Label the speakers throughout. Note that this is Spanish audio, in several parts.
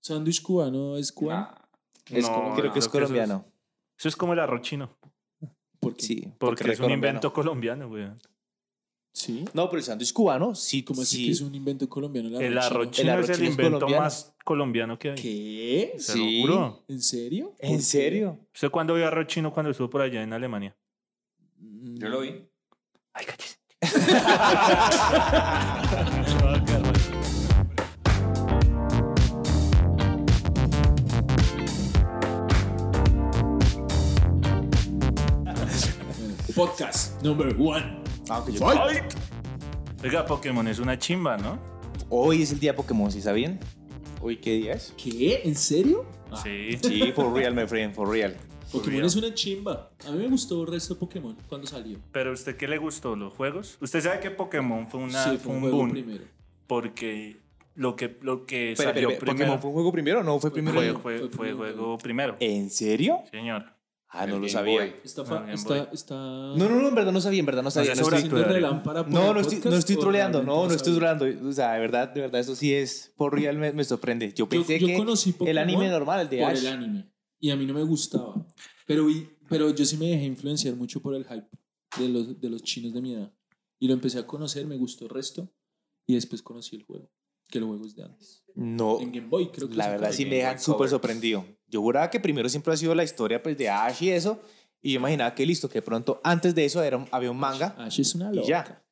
Speaker 1: ¿Sándwich cubano es cubano?
Speaker 2: Ah, Es como-
Speaker 3: Ah, No,
Speaker 2: creo que es
Speaker 3: no, creo que eso
Speaker 2: colombiano.
Speaker 3: Eso es como el arroz chino.
Speaker 1: ¿Por qué?
Speaker 2: Sí,
Speaker 3: Porque,
Speaker 2: era
Speaker 3: es un
Speaker 2: colombiano.
Speaker 3: invento colombiano, güey.
Speaker 1: ¿Sí?
Speaker 2: No, pero el sándwich cubano, sí,
Speaker 1: ¿Cómo así
Speaker 2: sí.
Speaker 1: que es un invento colombiano?
Speaker 3: El arroz
Speaker 2: El
Speaker 3: chino
Speaker 2: arroz
Speaker 3: es el
Speaker 2: chino es
Speaker 3: invento
Speaker 2: colombiano.
Speaker 3: más colombiano que hay.
Speaker 1: ¿Qué?
Speaker 3: Se
Speaker 2: Sí.
Speaker 3: lo juro.
Speaker 1: ¿En serio? ¿Por
Speaker 2: ¿En
Speaker 1: qué?
Speaker 2: serio?
Speaker 3: ¿Usted cuándo vio arroz chino cuando estuvo por allá en Alemania?
Speaker 1: Mm,
Speaker 4: Yo lo vi.
Speaker 3: Ay, cállese.
Speaker 1: Podcast number one.
Speaker 2: Aunque yo-
Speaker 3: Ay. Oiga, Pokémon es una chimba, ¿no?
Speaker 2: Hoy es el día Pokémon, ¿sí sabían? ¿Hoy qué día es?
Speaker 1: ¿Qué? ¿En serio? Ah,
Speaker 3: Sí.
Speaker 2: Sí, for real, my friend, for real.
Speaker 1: Pokémon
Speaker 3: Obvio.
Speaker 1: es una chimba. A mí me gustó el resto de Pokémon cuando salió.
Speaker 3: Pero ¿usted qué le gustó? ¿Los juegos? Usted sabe que Pokémon fue, una,
Speaker 1: sí,
Speaker 3: fue un,
Speaker 1: juego
Speaker 3: boom.
Speaker 1: primero.
Speaker 3: Porque lo que, lo que
Speaker 2: Pero,
Speaker 3: salió
Speaker 2: pero, pero,
Speaker 3: primero
Speaker 2: ¿Pokémon fue un juego primero o no fue primero?
Speaker 3: fue,
Speaker 1: Fue- fue
Speaker 3: fue- fue
Speaker 1: primero.
Speaker 3: juego primero. Eh,
Speaker 2: ¿En serio?
Speaker 3: Señor.
Speaker 2: Ah, no
Speaker 4: El
Speaker 2: lo
Speaker 4: Game
Speaker 2: sabía.
Speaker 4: Boy.
Speaker 1: Está,
Speaker 3: Ah,
Speaker 1: fa-
Speaker 3: Game
Speaker 1: está,
Speaker 3: Boy.
Speaker 1: está...
Speaker 2: No, no, no, en verdad no sabía, en verdad no sabía.
Speaker 3: seas
Speaker 2: No estoy,
Speaker 3: sobre-
Speaker 1: haciendo relámpara por
Speaker 2: no,
Speaker 1: el
Speaker 2: no estoy,
Speaker 1: podcast
Speaker 2: no estoy
Speaker 1: o
Speaker 2: troleando,
Speaker 1: realmente
Speaker 2: no, no estoy
Speaker 1: sabía?
Speaker 2: troleando. O sea, de verdad, de verdad, eso sí es for real, me, me sorprende. Yo
Speaker 1: Yo,
Speaker 2: pensé
Speaker 1: yo
Speaker 2: que
Speaker 1: conocí Pokémon
Speaker 2: el anime normal, el de
Speaker 1: por
Speaker 2: Ash.
Speaker 1: el anime y a mí no me gustaba. Pero, vi- pero yo sí me dejé influenciar mucho por el hype de los, de los chinos de mi edad. Y lo empecé a conocer, me gustó el resto y después conocí el juego, que el juego es de antes.
Speaker 2: No,
Speaker 1: En Game Boy creo que
Speaker 2: Oh, la
Speaker 1: lo
Speaker 2: verdad
Speaker 1: sacaron.
Speaker 2: sí me
Speaker 4: Game
Speaker 2: dejan
Speaker 4: Boy
Speaker 2: súper
Speaker 4: Color.
Speaker 2: sorprendido. Yo juraba que primero siempre ha sido la historia pues, de Ash y eso, y yo imaginaba que listo, que pronto antes de eso era un- había un manga.
Speaker 1: Ash es una
Speaker 2: Y
Speaker 1: loca.
Speaker 2: ya.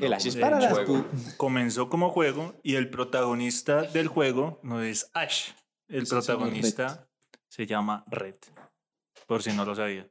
Speaker 2: el Ash es
Speaker 3: de
Speaker 2: para
Speaker 3: hecho,
Speaker 2: las
Speaker 4: juego.
Speaker 2: pu-
Speaker 3: Comenzó como juego y el protagonista del juego no es Ash. El
Speaker 1: Es el señor
Speaker 3: protagonista se llama Red. Por si no lo sabía.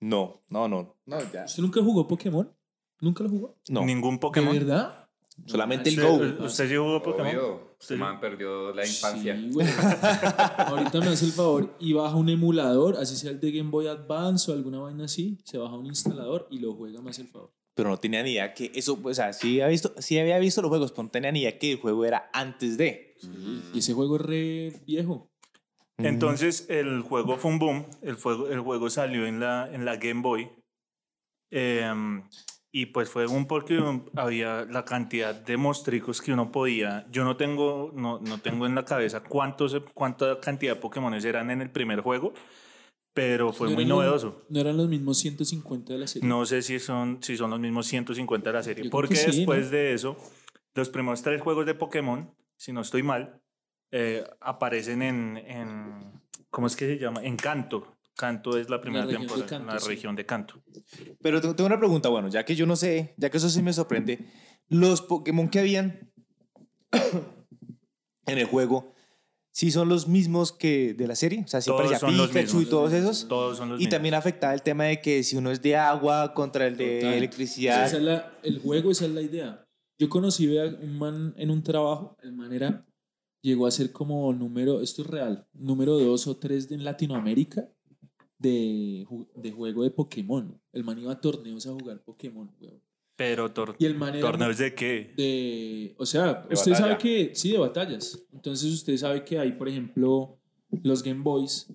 Speaker 2: No, no, no. No, ya.
Speaker 1: ¿Usted nunca jugó Pokémon? ¿Nunca lo jugó?
Speaker 2: No,
Speaker 3: Ningún Pokémon.
Speaker 1: ¿De verdad?
Speaker 2: solamente el
Speaker 3: ¿Usted,
Speaker 2: Go.
Speaker 3: ¿Usted sí jugó Pokémon?
Speaker 4: Obvio.
Speaker 1: este
Speaker 3: Sí.
Speaker 4: Man perdió la infancia.
Speaker 1: Sí, güey. Ahorita me hace el favor y baja un emulador, así sea el de Game Boy Advance o alguna vaina así, se baja un instalador y lo juega, me hace el favor.
Speaker 2: Pero no tenía ni idea que eso, o sea, sí había visto, sí había visto los juegos, pero no tenía ni idea que el juego era antes de.
Speaker 1: Y ese juego es re viejo.
Speaker 2: Mm.
Speaker 3: Entonces el juego fue un boom, el juego, el juego salió en la, en la Game Boy em, y pues fue un porque había la cantidad de mostricos que uno podía, yo no tengo, no, no tengo en la cabeza cuántos, cuánta cantidad de Pokémones eran en el primer juego, pero fue
Speaker 1: No
Speaker 3: muy
Speaker 1: eran los-
Speaker 3: novedoso.
Speaker 1: No eran los mismos 150 de la serie.
Speaker 3: No sé si son, si son los mismos 150 de la serie,
Speaker 1: Yo creo
Speaker 3: porque
Speaker 1: que sí,
Speaker 3: después
Speaker 1: ¿no?
Speaker 3: de eso, los primeros tres juegos de Pokémon, si no estoy mal, eh, aparecen en, en- ¿cómo es que se llama? En Canto. Kanto es la primera
Speaker 1: región de
Speaker 3: temporada, en
Speaker 1: Kanto,
Speaker 3: la
Speaker 1: sí.
Speaker 3: región de Canto.
Speaker 2: Pero tengo tengo una pregunta, bueno, ya que yo no sé, ya que eso sí me sorprende, los Pokémon que habían en el juego, ¿sí son los mismos que de la serie? O sea, sí
Speaker 3: Todos
Speaker 2: parecía
Speaker 3: son los
Speaker 2: Pikachu y
Speaker 3: mismos.
Speaker 2: todos esos.
Speaker 3: Todos son los
Speaker 2: Y
Speaker 3: mismos.
Speaker 2: también afectaba el tema de que si uno es de agua contra el de
Speaker 1: Total.
Speaker 2: electricidad.
Speaker 1: Esa es la- el juego, esa es la idea. Yo conocí a un man en un trabajo, el man era, llegó a ser como número, esto es real, número dos o tres de- en Latinoamérica de, ju- de juego de Pokémon. El man iba a torneos a jugar Pokémon, weón.
Speaker 3: Pero tor-
Speaker 1: Y el man era
Speaker 3: torneos de qué?
Speaker 1: de, o sea,
Speaker 4: De
Speaker 1: usted
Speaker 4: batalla.
Speaker 1: sabe que, sí, de batallas. Entonces usted sabe que hay, por ejemplo, los Game Boys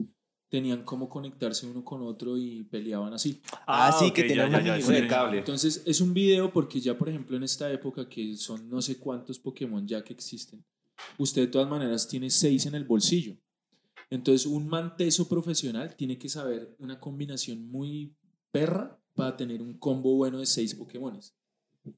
Speaker 1: tenían cómo conectarse uno con otro y peleaban así.
Speaker 2: Ah, sí,
Speaker 3: ok,
Speaker 2: que
Speaker 3: ya,
Speaker 2: tenían
Speaker 3: ya,
Speaker 2: un
Speaker 3: ya,
Speaker 2: minijuego
Speaker 3: sí.
Speaker 2: de cable.
Speaker 1: Entonces es un video porque ya, por ejemplo, en esta época que son no sé cuántos Pokémon ya que existen, usted de todas maneras tiene seis en el bolsillo. Entonces un manteso profesional tiene que saber una combinación muy perra para tener un combo bueno de seis Pokémones.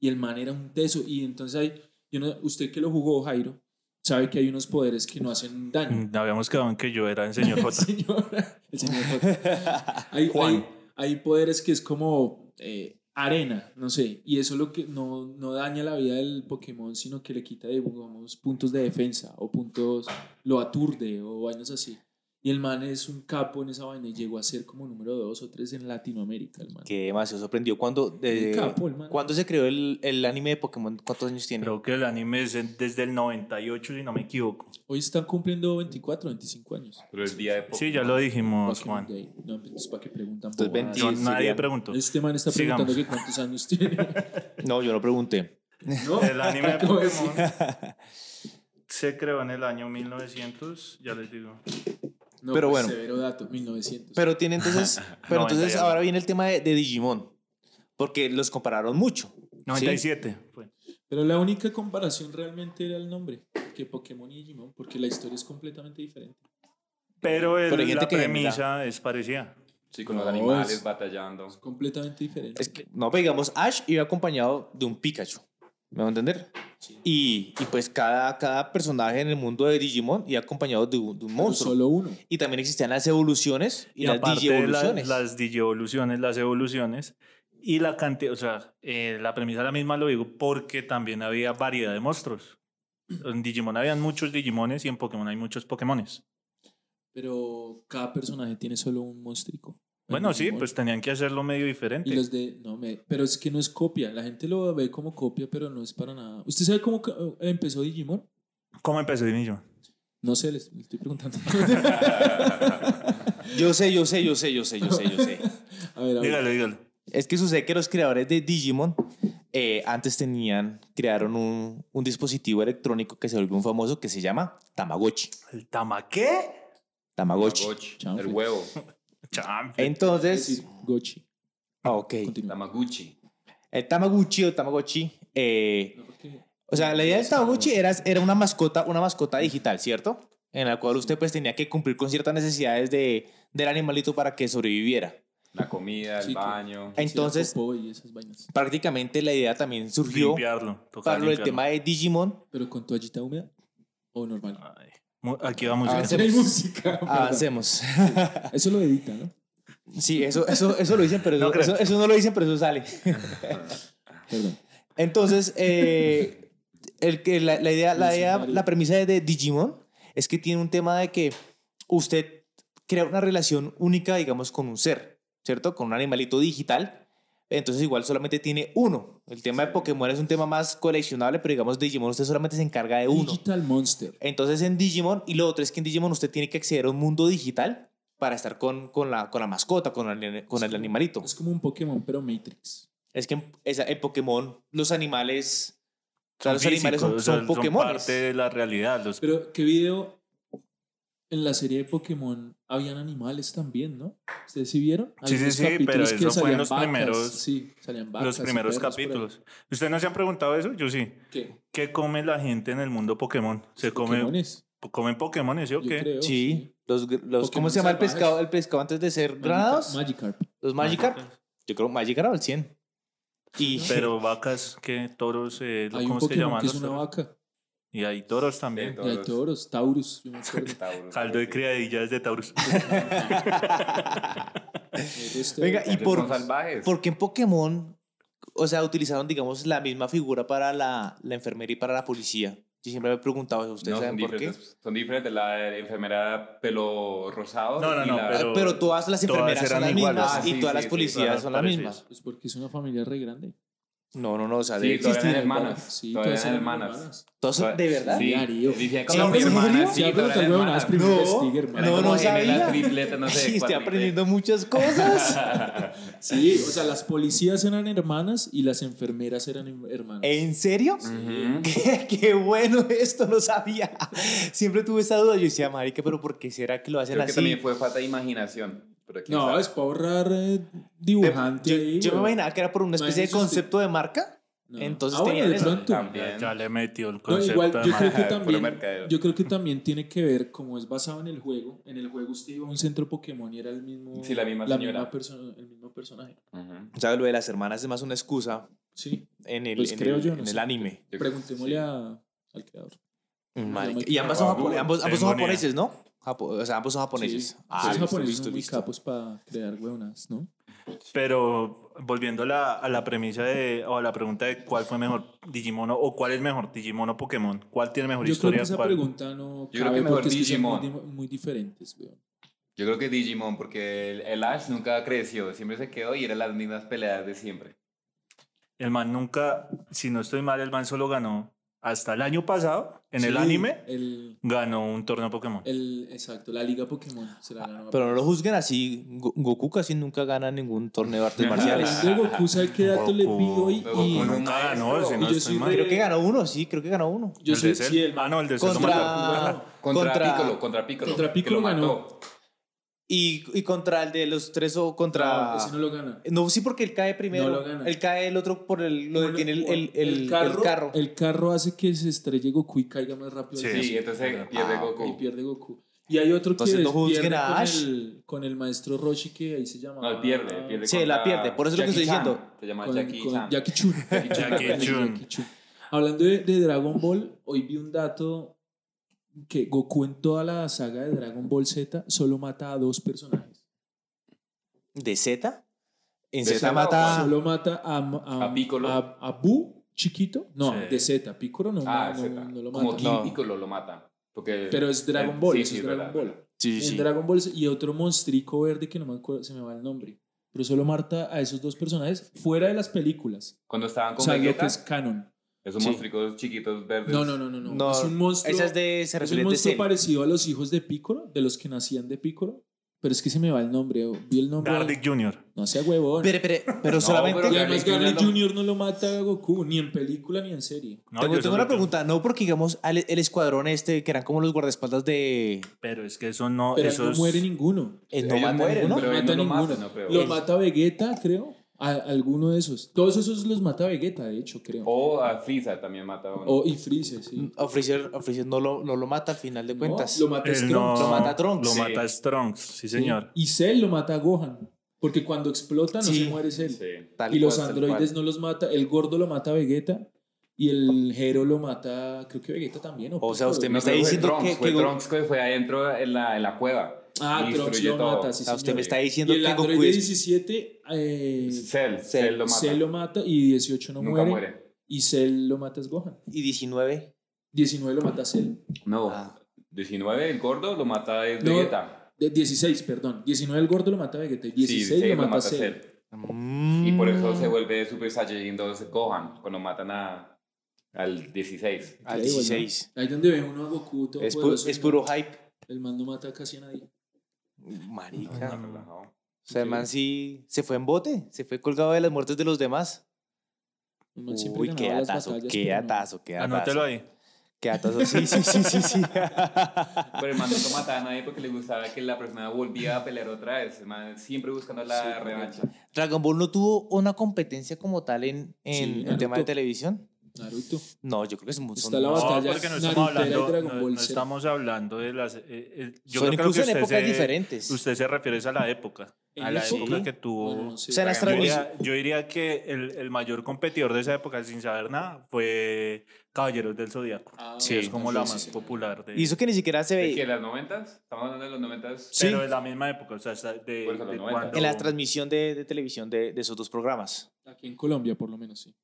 Speaker 1: Y el man era un teso. Y entonces hay, yo no- usted que lo jugó, Jairo, sabe que hay unos poderes que no hacen daño.
Speaker 3: Mm, Habíamos quedado en que yo era el señor J.
Speaker 1: Señora- el señor J. hay, hay, hay poderes que es como eh, arena, no sé, y eso lo que no, no daña la vida del Pokémon, sino que le quita, digamos, puntos de defensa o puntos, lo aturde o vainas así. Y el man es un capo en esa vaina y llegó a ser como número dos o tres en Latinoamérica, el man.
Speaker 2: Que demasiado sorprendió. ¿Cuándo, de-
Speaker 1: Un capo, el man.
Speaker 2: ¿Cuándo se creó el, el anime de Pokémon? ¿Cuántos años tiene?
Speaker 3: Creo que el anime es en- desde el 98, si no me equivoco.
Speaker 1: Hoy están cumpliendo 24, 25 años.
Speaker 4: Pero el día de Pokémon.
Speaker 3: Sí, ya lo dijimos,
Speaker 1: Pokémon
Speaker 3: Juan.
Speaker 1: Day. No, pues, entonces, ¿para qué preguntan?
Speaker 2: Entonces,
Speaker 1: bobadas?
Speaker 2: 20.
Speaker 3: No,
Speaker 2: Sí,
Speaker 3: nadie
Speaker 2: serían-
Speaker 3: preguntó.
Speaker 1: Este man está
Speaker 3: Sigamos.
Speaker 1: preguntando que cuántos años tiene.
Speaker 2: No, yo no pregunté.
Speaker 1: No,
Speaker 3: El anime de
Speaker 1: acabo de decir.
Speaker 3: Pokémon se creó en el año 1900, ya les digo.
Speaker 1: No,
Speaker 2: Pero
Speaker 1: pues,
Speaker 2: bueno.
Speaker 1: Severo dato, 1900.
Speaker 2: Pero tiene entonces, pero entonces
Speaker 3: 91.
Speaker 2: ahora viene el tema de, de Digimon, porque los compararon mucho. ¿sí?
Speaker 3: 97. fue.
Speaker 1: Pero la única comparación realmente era el nombre, que Pokémon y Digimon, porque la historia es completamente diferente.
Speaker 3: Pero, el-
Speaker 2: Pero hay gente
Speaker 3: la
Speaker 2: que mira.
Speaker 3: premisa es parecida.
Speaker 4: Sí, con los
Speaker 1: No,
Speaker 4: animales
Speaker 1: es-
Speaker 4: batallando.
Speaker 1: Es completamente diferente.
Speaker 2: Es que, no, pero digamos, Ash iba acompañado de un Pikachu. ¿Me va a entender?
Speaker 1: Sí.
Speaker 2: Y, y pues cada, cada personaje en el mundo de Digimon iba acompañado de un, de un
Speaker 1: Pero
Speaker 2: monstruo.
Speaker 1: Solo uno.
Speaker 2: Y también existían las evoluciones y,
Speaker 3: Y,
Speaker 2: las
Speaker 3: aparte de la-
Speaker 2: digievoluciones.
Speaker 3: las digievoluciones, las evoluciones y la cantidad, o sea, eh, la premisa la misma lo digo porque también había variedad de monstruos. En Digimon habían muchos Digimones y en Pokémon hay muchos Pokémones.
Speaker 1: Pero cada personaje tiene solo un monstruo.
Speaker 3: Bueno, sí, pues tenían que hacerlo medio diferente.
Speaker 1: Y los de. No, me, pero es que no es copia. La gente lo ve como copia, pero no es para nada. ¿Usted sabe cómo ca- eh, empezó Digimon?
Speaker 3: ¿Cómo empezó Digimon?
Speaker 1: No sé, le le estoy preguntando.
Speaker 2: Yo sé, yo sé, yo sé, yo sé, yo sé, yo sé.
Speaker 1: a ver, a ver.
Speaker 3: Dígalo, dígalo.
Speaker 2: Es que sucede que los creadores de Digimon eh, antes tenían, crearon un, un dispositivo electrónico que se volvió un famoso que se llama Tamagotchi.
Speaker 3: ¿El tamaqué?
Speaker 2: Tamagotchi.
Speaker 4: Tamagotchi,
Speaker 1: Chanfle.
Speaker 4: El huevo.
Speaker 3: Chanfle.
Speaker 1: Eh, Es
Speaker 2: Entonces,
Speaker 1: decir, Gochi.
Speaker 2: ah, ok.
Speaker 1: Continúa.
Speaker 4: Tamaguchi.
Speaker 2: El Tamaguchi o Tamagotchi, eh,
Speaker 1: No, porque-
Speaker 2: o sea, la idea del Tamagotchi era, era una mascota, una mascota digital, ¿cierto? En la cual usted pues tenía que cumplir con ciertas necesidades de, del animalito para que sobreviviera.
Speaker 4: La comida, el
Speaker 1: Sí, que-
Speaker 4: baño.
Speaker 1: que hiciera
Speaker 2: Entonces-
Speaker 1: popó y esas vainas.
Speaker 2: Prácticamente la idea también surgió
Speaker 3: Limpiarlo. tocaba
Speaker 2: para lo del
Speaker 3: limpiarlo.
Speaker 2: tema de Digimon
Speaker 1: Pero con toallita húmeda o normal.
Speaker 3: Ay, mu- Aquí va música.
Speaker 2: Ah, sí.
Speaker 1: Hay música.
Speaker 2: Ah, Avancemos.
Speaker 1: perdón. Eso lo edita, ¿no?
Speaker 2: Sí, eso, eso, eso lo dicen, pero eso
Speaker 3: No
Speaker 2: no,
Speaker 3: creo.
Speaker 2: eso, eso no lo dicen, pero eso sale.
Speaker 1: Perdón.
Speaker 2: Entonces, eh, el, que la, la idea, la, idea-
Speaker 1: Funcionario.
Speaker 2: la premisa de, de Digimon es que tiene un tema de que usted crea una relación única, digamos, con un ser, ¿cierto? Con un animalito digital. Entonces, igual solamente tiene uno. El tema de Pokémon es un tema más coleccionable, pero digamos, Digimon usted solamente se encarga de uno.
Speaker 1: Digital Monster.
Speaker 2: Entonces en Digimon, y lo otro es que en Digimon usted tiene que acceder a un mundo digital para estar con, con, la, con la mascota, con el, con el animalito.
Speaker 1: Es como un Pokémon, pero Matrix.
Speaker 2: Es que en, esa- en Pokémon los animales... o sea,
Speaker 3: Son
Speaker 2: los animales son,
Speaker 3: físicos, o
Speaker 2: son
Speaker 3: sea,
Speaker 2: Pokémones.
Speaker 3: parte de la realidad. Los
Speaker 1: Pero, ¿qué video en la serie de Pokémon habían animales también, no? ¿Ustedes sí vieron?
Speaker 3: Sí, sí,
Speaker 1: Algunos
Speaker 3: sí, pero
Speaker 1: capítulos que
Speaker 3: eso fue en
Speaker 1: salían
Speaker 3: los
Speaker 1: vacas,
Speaker 3: primeros-
Speaker 1: Sí, salían vacas
Speaker 3: los
Speaker 1: y
Speaker 3: primeros
Speaker 1: perros por ahí.
Speaker 3: capítulos. ¿Ustedes no se han preguntado eso? Yo sí.
Speaker 1: ¿Qué?
Speaker 3: ¿Qué come la gente en el mundo Pokémon? ¿Se come,
Speaker 1: ¿Pokémones?
Speaker 3: comen Pokémones, sí o
Speaker 1: Yo
Speaker 3: qué?
Speaker 1: creo,
Speaker 2: Sí. Los, los, ¿Cómo
Speaker 1: Pokémon
Speaker 2: se llama el
Speaker 1: salvajes.
Speaker 2: pescado, el pescado antes de ser
Speaker 1: Magica-
Speaker 2: granados?
Speaker 1: Magikarp.
Speaker 2: los Magikarp. Yo creo Magikarp al 100. Y,
Speaker 3: Pero vacas, ¿qué? Toros, eh,
Speaker 1: Hay un
Speaker 3: ¿cómo se
Speaker 1: Pokémon
Speaker 3: llaman
Speaker 1: que es
Speaker 3: los
Speaker 1: una
Speaker 3: toros?
Speaker 1: vaca.
Speaker 3: Y hay toros también.
Speaker 4: Sí,
Speaker 1: Y hay
Speaker 4: Tauros.
Speaker 1: toros, Taurus, yo me acuerdo.
Speaker 4: Tauros.
Speaker 3: Caldo de criadillas de Taurus.
Speaker 1: El resto de-
Speaker 2: Venga, y
Speaker 4: Entonces
Speaker 2: por,
Speaker 4: son salvajes.
Speaker 2: porque en Pokémon, o sea, utilizaron, digamos, la misma figura para la, la enfermería y para la policía. Yo siempre me he preguntado eso. ¿Ustedes
Speaker 4: No, son
Speaker 2: saben por qué?
Speaker 4: diferentes. Son diferentes. La enfermera pelo rosado.
Speaker 3: No, no,
Speaker 4: y
Speaker 3: no,
Speaker 4: la-
Speaker 2: Ah, Pero, todas las
Speaker 3: todas
Speaker 2: enfermeras son
Speaker 3: eran
Speaker 2: las
Speaker 3: iguales.
Speaker 2: mismas
Speaker 4: Ah,
Speaker 2: y
Speaker 4: sí,
Speaker 2: todas
Speaker 4: sí,
Speaker 2: las
Speaker 4: sí,
Speaker 2: policías
Speaker 3: todas
Speaker 2: son las
Speaker 3: parecidas.
Speaker 2: mismas.
Speaker 1: Pues porque es una familia re grande.
Speaker 2: No, no, no, o sea,
Speaker 4: Sí,
Speaker 2: de-
Speaker 4: todavía eran
Speaker 1: Existían
Speaker 4: hermanas.
Speaker 1: Sí,
Speaker 4: todavía
Speaker 1: todas
Speaker 4: eran
Speaker 1: eran
Speaker 4: hermanas.
Speaker 1: hermanas.
Speaker 2: todos son- de verdad.
Speaker 4: Sí,
Speaker 1: Diario.
Speaker 4: Decía que
Speaker 2: Sí,
Speaker 4: eran
Speaker 2: ¿en serio?
Speaker 4: hermanas.
Speaker 1: Sí,
Speaker 4: Sí,
Speaker 1: pero
Speaker 4: todas
Speaker 1: te
Speaker 4: eran
Speaker 1: huevo, nada,
Speaker 4: hermanas.
Speaker 1: es primero
Speaker 2: No,
Speaker 1: investigue, hermano.
Speaker 4: Eran
Speaker 2: No,
Speaker 4: como
Speaker 2: no
Speaker 4: gemelas,
Speaker 2: sabía.
Speaker 4: tripletas, no sé.
Speaker 2: Estoy
Speaker 4: cuatripleta.
Speaker 2: aprendiendo muchas cosas.
Speaker 1: Sí, o sea, las policías eran hermanas y las enfermeras eran em- hermanas.
Speaker 2: ¿En serio?
Speaker 4: Ujú.
Speaker 2: Qué, qué bueno esto, no sabía. Siempre tuve esa duda. Yo decía, marica, pero ¿por qué será que lo hacen
Speaker 4: Creo que
Speaker 2: así?
Speaker 4: también fue falta de imaginación. Pero quién
Speaker 1: no,
Speaker 4: sabe.
Speaker 1: es para ahorrar eh, dibujante.
Speaker 2: yo,
Speaker 1: ahí,
Speaker 2: yo me
Speaker 1: weón.
Speaker 2: imaginaba que era por una especie de
Speaker 1: Imagínese usted.
Speaker 2: concepto de marca.
Speaker 1: No.
Speaker 2: entonces
Speaker 1: Ah, bueno,
Speaker 2: tenían
Speaker 1: de
Speaker 2: eso.
Speaker 1: pronto.
Speaker 4: También.
Speaker 3: Ya le metió el
Speaker 1: No,
Speaker 3: concepto
Speaker 1: igual,
Speaker 3: de
Speaker 1: yo creo, que
Speaker 3: marca.
Speaker 4: mercadeo, puro
Speaker 1: también,
Speaker 4: mercadeo.
Speaker 1: yo creo que también tiene que ver, como es basado en el juego, en el juego usted iba a un centro Pokémon y era el mismo,
Speaker 4: Sí, la misma señora.
Speaker 1: persona, el mismo personaje.
Speaker 4: Ujú.
Speaker 2: O sea, lo de las hermanas es más una excusa
Speaker 1: Sí,
Speaker 2: en el,
Speaker 1: Pues
Speaker 2: en
Speaker 1: creo
Speaker 2: el-
Speaker 1: yo, no
Speaker 2: en el
Speaker 1: sé.
Speaker 2: anime.
Speaker 4: Yo-
Speaker 1: preguntémosle
Speaker 4: sí.
Speaker 1: a- al creador.
Speaker 2: Mm, Marica.
Speaker 1: me
Speaker 2: Y ambas son,
Speaker 4: acuerdo.
Speaker 2: japone- ambos, ambos
Speaker 3: Tengo
Speaker 2: son
Speaker 3: ni idea.
Speaker 2: japoneses, ¿no? Japo- o sea, ambos son japoneses.
Speaker 1: Sí.
Speaker 2: Ah,
Speaker 1: Los
Speaker 2: listo,
Speaker 1: japoneses
Speaker 2: listo,
Speaker 1: son muy
Speaker 2: listo.
Speaker 1: capos para crear huevonas, ¿no?
Speaker 3: Pero volviendo a la, a la premisa de, o a la pregunta de cuál fue mejor Digimon o- o cuál es mejor Digimon o Pokémon, cuál tiene mejor
Speaker 1: Yo creo
Speaker 3: historia.
Speaker 1: que esa
Speaker 3: cuál-
Speaker 1: pregunta no
Speaker 4: creo
Speaker 1: cabe
Speaker 4: que mejor
Speaker 1: porque es que son muy,
Speaker 4: Digimon.
Speaker 1: di- muy diferentes, weón.
Speaker 4: Yo creo que Digimon, porque el, el Ash nunca creció, siempre se quedó y eran las mismas peleas de siempre.
Speaker 3: El man nunca, si no estoy mal, el man solo ganó hasta el año pasado, en el
Speaker 1: Sí,
Speaker 3: anime,
Speaker 1: El,
Speaker 3: ganó un torneo Pokémon.
Speaker 1: el- exacto, la liga Pokémon será la nueva.
Speaker 2: Pero no lo juzguen así. Go- Goku casi nunca gana ningún torneo de artes marciales.
Speaker 1: Hablando de Goku, ¿sabe qué dato le vi
Speaker 3: Goku.
Speaker 1: hoy?
Speaker 4: Goku
Speaker 1: Y
Speaker 4: no
Speaker 3: nunca
Speaker 4: maestro.
Speaker 3: ganó, si
Speaker 1: Y
Speaker 3: no
Speaker 1: yo
Speaker 3: estoy
Speaker 1: soy
Speaker 3: mal.
Speaker 1: re-
Speaker 2: Creo que ganó uno, sí, creo que ganó uno.
Speaker 1: yo
Speaker 3: ¿El
Speaker 1: soy
Speaker 3: de Cell?
Speaker 1: sí, el-
Speaker 3: Ah, no, el de Cell lo
Speaker 2: Contra,
Speaker 3: mataron.
Speaker 2: contra,
Speaker 4: Contra, Piccolo, contra Piccolo.
Speaker 1: Contra
Speaker 4: que lo
Speaker 1: Piccolo ganó.
Speaker 4: mató.
Speaker 2: Y, y contra el de los tres o contra...
Speaker 1: No, ese no lo gana.
Speaker 2: No, sí, porque él cae primero.
Speaker 1: lo gana.
Speaker 2: Él cae el otro por el, lo
Speaker 1: Uno-
Speaker 2: detiene el, el, el- el carro.
Speaker 1: el carro hace que se estrelle Goku y caiga más rápido.
Speaker 3: Sí,
Speaker 1: al piso.
Speaker 4: Sí, entonces pierde
Speaker 2: Ah,
Speaker 4: Goku.
Speaker 1: Y pierde Goku. Y hay otro
Speaker 2: Entonces
Speaker 1: que
Speaker 2: no juzguen
Speaker 1: pierde
Speaker 2: a
Speaker 1: con,
Speaker 2: Ash.
Speaker 1: El, con el maestro Roshi que ahí se llama.
Speaker 4: No, él pierde, pierde.
Speaker 2: Sí,
Speaker 4: contra
Speaker 2: la pierde, por eso es lo que
Speaker 4: Jackie
Speaker 2: estoy
Speaker 4: Chan.
Speaker 2: diciendo.
Speaker 4: Se llama
Speaker 1: Con,
Speaker 4: Jackie
Speaker 1: con
Speaker 4: Chan.
Speaker 1: Jackie Chun.
Speaker 3: Jackie Chun.
Speaker 1: Jackie Chun. Hablando de, de Dragon Ball, hoy vi un dato que Goku en toda la saga de Dragon Ball Z solo mata a dos personajes.
Speaker 2: ¿De Z? En
Speaker 4: ¿De
Speaker 2: Z
Speaker 4: Zeta
Speaker 2: mata...
Speaker 1: Solo mata a... A,
Speaker 4: A Piccolo.
Speaker 1: A, a Buu, chiquito. No,
Speaker 3: Sí.
Speaker 1: de Z. Piccolo no,
Speaker 4: Ah,
Speaker 1: no,
Speaker 4: Z.
Speaker 1: no lo mata.
Speaker 4: Como Kim
Speaker 2: No.
Speaker 4: Piccolo lo mata. Porque
Speaker 1: Pero es Dragon
Speaker 4: Sí,
Speaker 1: Ball,
Speaker 4: sí,
Speaker 1: eso es
Speaker 4: es
Speaker 1: Dragon
Speaker 4: verdad.
Speaker 1: Ball.
Speaker 2: Sí, sí,
Speaker 1: En
Speaker 2: sí.
Speaker 1: Dragon Ball y otro monstrico verde que no me acuerdo, se me va el nombre. Pero solo mata a esos dos personajes fuera de las películas.
Speaker 4: cuando estaban
Speaker 1: O
Speaker 4: con
Speaker 1: sea, lo que
Speaker 4: Vegeta,
Speaker 1: es canon.
Speaker 4: esos
Speaker 2: Sí.
Speaker 4: monstruos chiquitos verdes.
Speaker 1: No, no, no, no, no.
Speaker 2: No,
Speaker 1: es un monstruo.
Speaker 2: Esa es de... Se
Speaker 1: es un
Speaker 2: refiere de
Speaker 1: monstruo
Speaker 2: Cell.
Speaker 1: parecido a los hijos de Piccolo, de los que nacían de Piccolo. Pero es que se me va el nombre. o- Vi el nombre.
Speaker 3: Gardic Jr.
Speaker 1: No sea huevón.
Speaker 2: Pero, pero, pero
Speaker 4: No,
Speaker 2: solamente...
Speaker 4: pero
Speaker 1: y además
Speaker 4: Garlic
Speaker 1: Garlic
Speaker 4: Jr.
Speaker 1: Jr. no lo mata a Goku, ni en película ni en serie.
Speaker 3: No,
Speaker 2: tengo
Speaker 3: yo
Speaker 2: tengo una
Speaker 3: solo tengo-
Speaker 2: pregunta, no porque digamos al- el escuadrón este, que eran como los guardaespaldas de...
Speaker 3: Pero es que eso no.
Speaker 1: Pero ahí
Speaker 3: eso
Speaker 1: no
Speaker 3: es-
Speaker 1: muere ninguno.
Speaker 2: eh,
Speaker 4: Ellos
Speaker 2: no mata
Speaker 4: mueren,
Speaker 2: ninguno.
Speaker 4: pero él
Speaker 1: mata
Speaker 4: no lo
Speaker 1: ninguno.
Speaker 4: mata, no creo.
Speaker 1: Lo
Speaker 4: Él-
Speaker 1: mata Vegeta, creo. A- alguno de esos. Todos esos los mata Vegeta, de hecho, creo. O,
Speaker 4: O a Frieza también mata. a uno.
Speaker 1: y Freezer,
Speaker 4: Mm,
Speaker 1: sí.
Speaker 2: A Freezer, a Freezer no, lo, no lo mata al final de cuentas.
Speaker 1: No, lo mata
Speaker 3: él
Speaker 1: Strong.
Speaker 3: no-
Speaker 2: Lo mata Trunks.
Speaker 3: Lo
Speaker 4: Sí.
Speaker 3: mata Strong, sí, señor.
Speaker 1: Y Cell lo mata a Gohan. Porque cuando explota no
Speaker 2: Sí.
Speaker 1: se muere Cell.
Speaker 4: Sí.
Speaker 2: Tal
Speaker 1: Y los
Speaker 2: cual, tal
Speaker 1: androides
Speaker 2: cual.
Speaker 1: no los mata. El gordo lo mata a Vegeta. Y el Hero lo mata. Creo que Vegeta también.
Speaker 2: O sea,
Speaker 1: Piccolo,
Speaker 2: usted
Speaker 1: ¿no?
Speaker 2: me está
Speaker 4: creo que fue
Speaker 2: diciendo
Speaker 4: Trunks,
Speaker 2: que-
Speaker 4: fue
Speaker 2: que-
Speaker 4: Trunks que fue adentro en la, en la cueva.
Speaker 1: Ah,
Speaker 4: y
Speaker 1: Trunks lo
Speaker 4: destruyó todo.
Speaker 1: mata. Sí,
Speaker 2: O sea, Ah, usted
Speaker 1: señor.
Speaker 2: me está
Speaker 1: Y
Speaker 2: diciendo
Speaker 1: el
Speaker 2: que
Speaker 1: androide
Speaker 2: Goku es...
Speaker 1: 17. Eh,
Speaker 4: Cell, Cell,
Speaker 2: Cell,
Speaker 4: lo mata.
Speaker 1: Cell lo mata. Y 18 no
Speaker 4: Nunca
Speaker 1: muere,
Speaker 4: muere.
Speaker 1: Y Cell lo mata es Gohan.
Speaker 2: Y 19.
Speaker 1: 19 lo mata Cell.
Speaker 4: No.
Speaker 2: Ah.
Speaker 4: 19, el gordo lo mata es
Speaker 1: No.
Speaker 4: Vegeta.
Speaker 1: De 16, perdón. 19 el gordo lo mata Vegeta. y 16
Speaker 4: 16
Speaker 1: lo mata Cell. Mm.
Speaker 4: Y por eso
Speaker 2: Mm.
Speaker 4: se vuelve Super Saiyajin 2 Gohan cuando matan a, al 16.
Speaker 2: Al
Speaker 1: Increíble,
Speaker 2: 16.
Speaker 1: ¿no? Ahí donde ve uno a Goku todo
Speaker 2: Es, pu-
Speaker 1: poderoso,
Speaker 2: es
Speaker 1: ¿no?
Speaker 2: puro hype.
Speaker 1: El man no mata casi a nadie.
Speaker 2: Marica.
Speaker 4: pues,
Speaker 3: no, no.
Speaker 4: Relajado.
Speaker 2: O sea, el man sí se fue en bote, se fue colgado de las muertes de los demás.
Speaker 1: El man siempre
Speaker 2: Uy,
Speaker 1: ganaba
Speaker 2: qué
Speaker 1: las
Speaker 2: atazo,
Speaker 1: batallas,
Speaker 2: qué
Speaker 1: pero no.
Speaker 2: atazo, qué
Speaker 3: Anótelo
Speaker 2: atazo.
Speaker 3: ahí.
Speaker 2: Qué atazo, sí, sí, sí, sí, sí.
Speaker 4: Pero el man no mataba a nadie porque le gustaba que la persona volviera a pelear otra vez. El man siempre buscando la
Speaker 1: Sí,
Speaker 4: revancha.
Speaker 2: Dragon Ball no tuvo una competencia como tal en,
Speaker 1: Sí,
Speaker 2: en el
Speaker 1: Naruto.
Speaker 2: tema de televisión.
Speaker 1: Naruto.
Speaker 2: No, yo creo que es un
Speaker 1: Está la
Speaker 3: No,
Speaker 1: batalla
Speaker 3: porque no estamos
Speaker 1: Narutera y
Speaker 3: hablando,
Speaker 1: Dragon
Speaker 3: no-
Speaker 1: Ball
Speaker 3: no
Speaker 1: Z.
Speaker 3: estamos hablando de las. eh, eh, yo
Speaker 2: Son
Speaker 3: creo
Speaker 2: incluso
Speaker 3: que
Speaker 2: en
Speaker 3: usted
Speaker 2: épocas
Speaker 3: se-
Speaker 2: diferentes.
Speaker 3: Usted se refiere es a la época.
Speaker 1: ¿En
Speaker 3: A la
Speaker 1: época?
Speaker 3: época que tuvo.
Speaker 1: Bueno, no sé.
Speaker 2: O sea, las
Speaker 3: Yo
Speaker 2: Dragon-
Speaker 3: diría, yo diría que el, el mayor competidor de esa época, sin saber nada, fue Caballeros del Zodíaco.
Speaker 1: Ah,
Speaker 3: que es
Speaker 1: bueno,
Speaker 3: como
Speaker 1: sí,
Speaker 3: la
Speaker 1: sí,
Speaker 3: más
Speaker 1: sí.
Speaker 3: popular de.
Speaker 2: Y eso que ni siquiera se
Speaker 4: ¿De qué?
Speaker 2: veía
Speaker 4: ¿Las 90? ¿Estamos hablando de los 90?
Speaker 2: Sí.
Speaker 3: Pero de la misma época, o sea, está de,
Speaker 4: Por eso, los
Speaker 3: de
Speaker 4: 90.
Speaker 3: cuando-
Speaker 2: en la transmisión de, de televisión de, de esos dos programas.
Speaker 1: Aquí en Colombia, por lo menos, sí.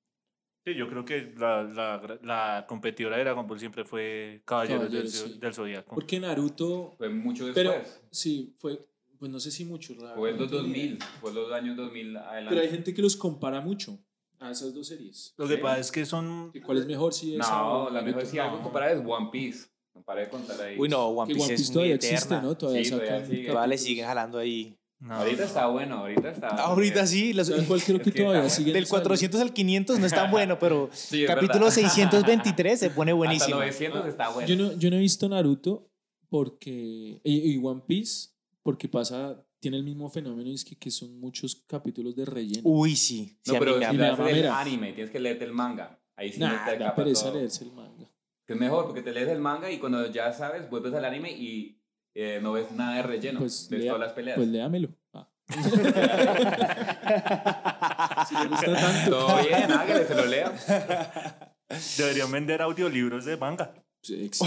Speaker 3: Sí, yo creo que la, la, la competidora de Dragon Ball siempre fue Caballeros,
Speaker 1: Caballeros,
Speaker 3: del,
Speaker 1: sí.
Speaker 3: del Zodíaco.
Speaker 1: Porque Naruto,
Speaker 4: Fue mucho después.
Speaker 1: Pero- sí, fue, pues no sé si mucho. la
Speaker 4: fue en los
Speaker 1: verdad, no tengo idea.
Speaker 4: 2000. Fue los años 2000 adelante.
Speaker 1: Pero hay gente que los compara mucho a esas dos series.
Speaker 3: Lo que
Speaker 4: Sí.
Speaker 3: pasa es que son.
Speaker 1: ¿Y ¿Cuál es mejor? Si esa
Speaker 4: no,
Speaker 1: o
Speaker 4: la mejor
Speaker 1: Naruto?
Speaker 4: si algo
Speaker 1: No.
Speaker 4: comparado es One Piece. No paré de contar ahí.
Speaker 2: Uy, no,
Speaker 1: Que
Speaker 2: One Piece,
Speaker 1: One Piece
Speaker 2: es muy
Speaker 1: todavía
Speaker 2: eterna.
Speaker 1: existe, ¿no? Todavía
Speaker 4: Sí,
Speaker 1: sacan
Speaker 4: todavía sigue.
Speaker 2: Todavía le
Speaker 1: capítulos.
Speaker 2: siguen jalando ahí.
Speaker 3: no,
Speaker 4: Ahorita
Speaker 3: no.
Speaker 4: está bueno, ahorita está.
Speaker 3: Ah,
Speaker 2: Ahorita sí, los-
Speaker 1: ¿Sabes cuál creo que
Speaker 4: Es que-
Speaker 1: todavía
Speaker 4: ah,
Speaker 1: sigue?
Speaker 2: del 400 al 500 no es tan bueno, pero
Speaker 4: Sí, es
Speaker 2: capítulo
Speaker 4: verdad.
Speaker 2: 623 se pone buenísimo.
Speaker 4: Hasta 900 está bueno.
Speaker 1: Yo no, yo no he visto Naruto porque, y, y One Piece porque pasa, tiene el mismo fenómeno y es que, que son muchos capítulos de relleno.
Speaker 2: Uy, sí. sí,
Speaker 4: No,
Speaker 2: a mí
Speaker 4: pero
Speaker 2: me
Speaker 4: si
Speaker 1: y
Speaker 2: habla-
Speaker 1: la
Speaker 4: lees el
Speaker 1: mamera.
Speaker 4: anime, tienes que leerte el manga. Ahí sí no
Speaker 1: Nah,
Speaker 4: te
Speaker 1: da
Speaker 4: acaba
Speaker 1: pereza
Speaker 4: todo.
Speaker 1: leerse el manga.
Speaker 4: Que es mejor, porque te lees el manga y cuando ya sabes, vuelves al anime y eh, no ves nada de relleno.
Speaker 1: Pues,
Speaker 4: ves
Speaker 1: lea-
Speaker 4: todas las peleas.
Speaker 1: Pues léamelo. Ah. Si le gusta tanto.
Speaker 4: Todo bien, hágale, se lo lea.
Speaker 3: Deberían vender audiolibros de manga.
Speaker 1: es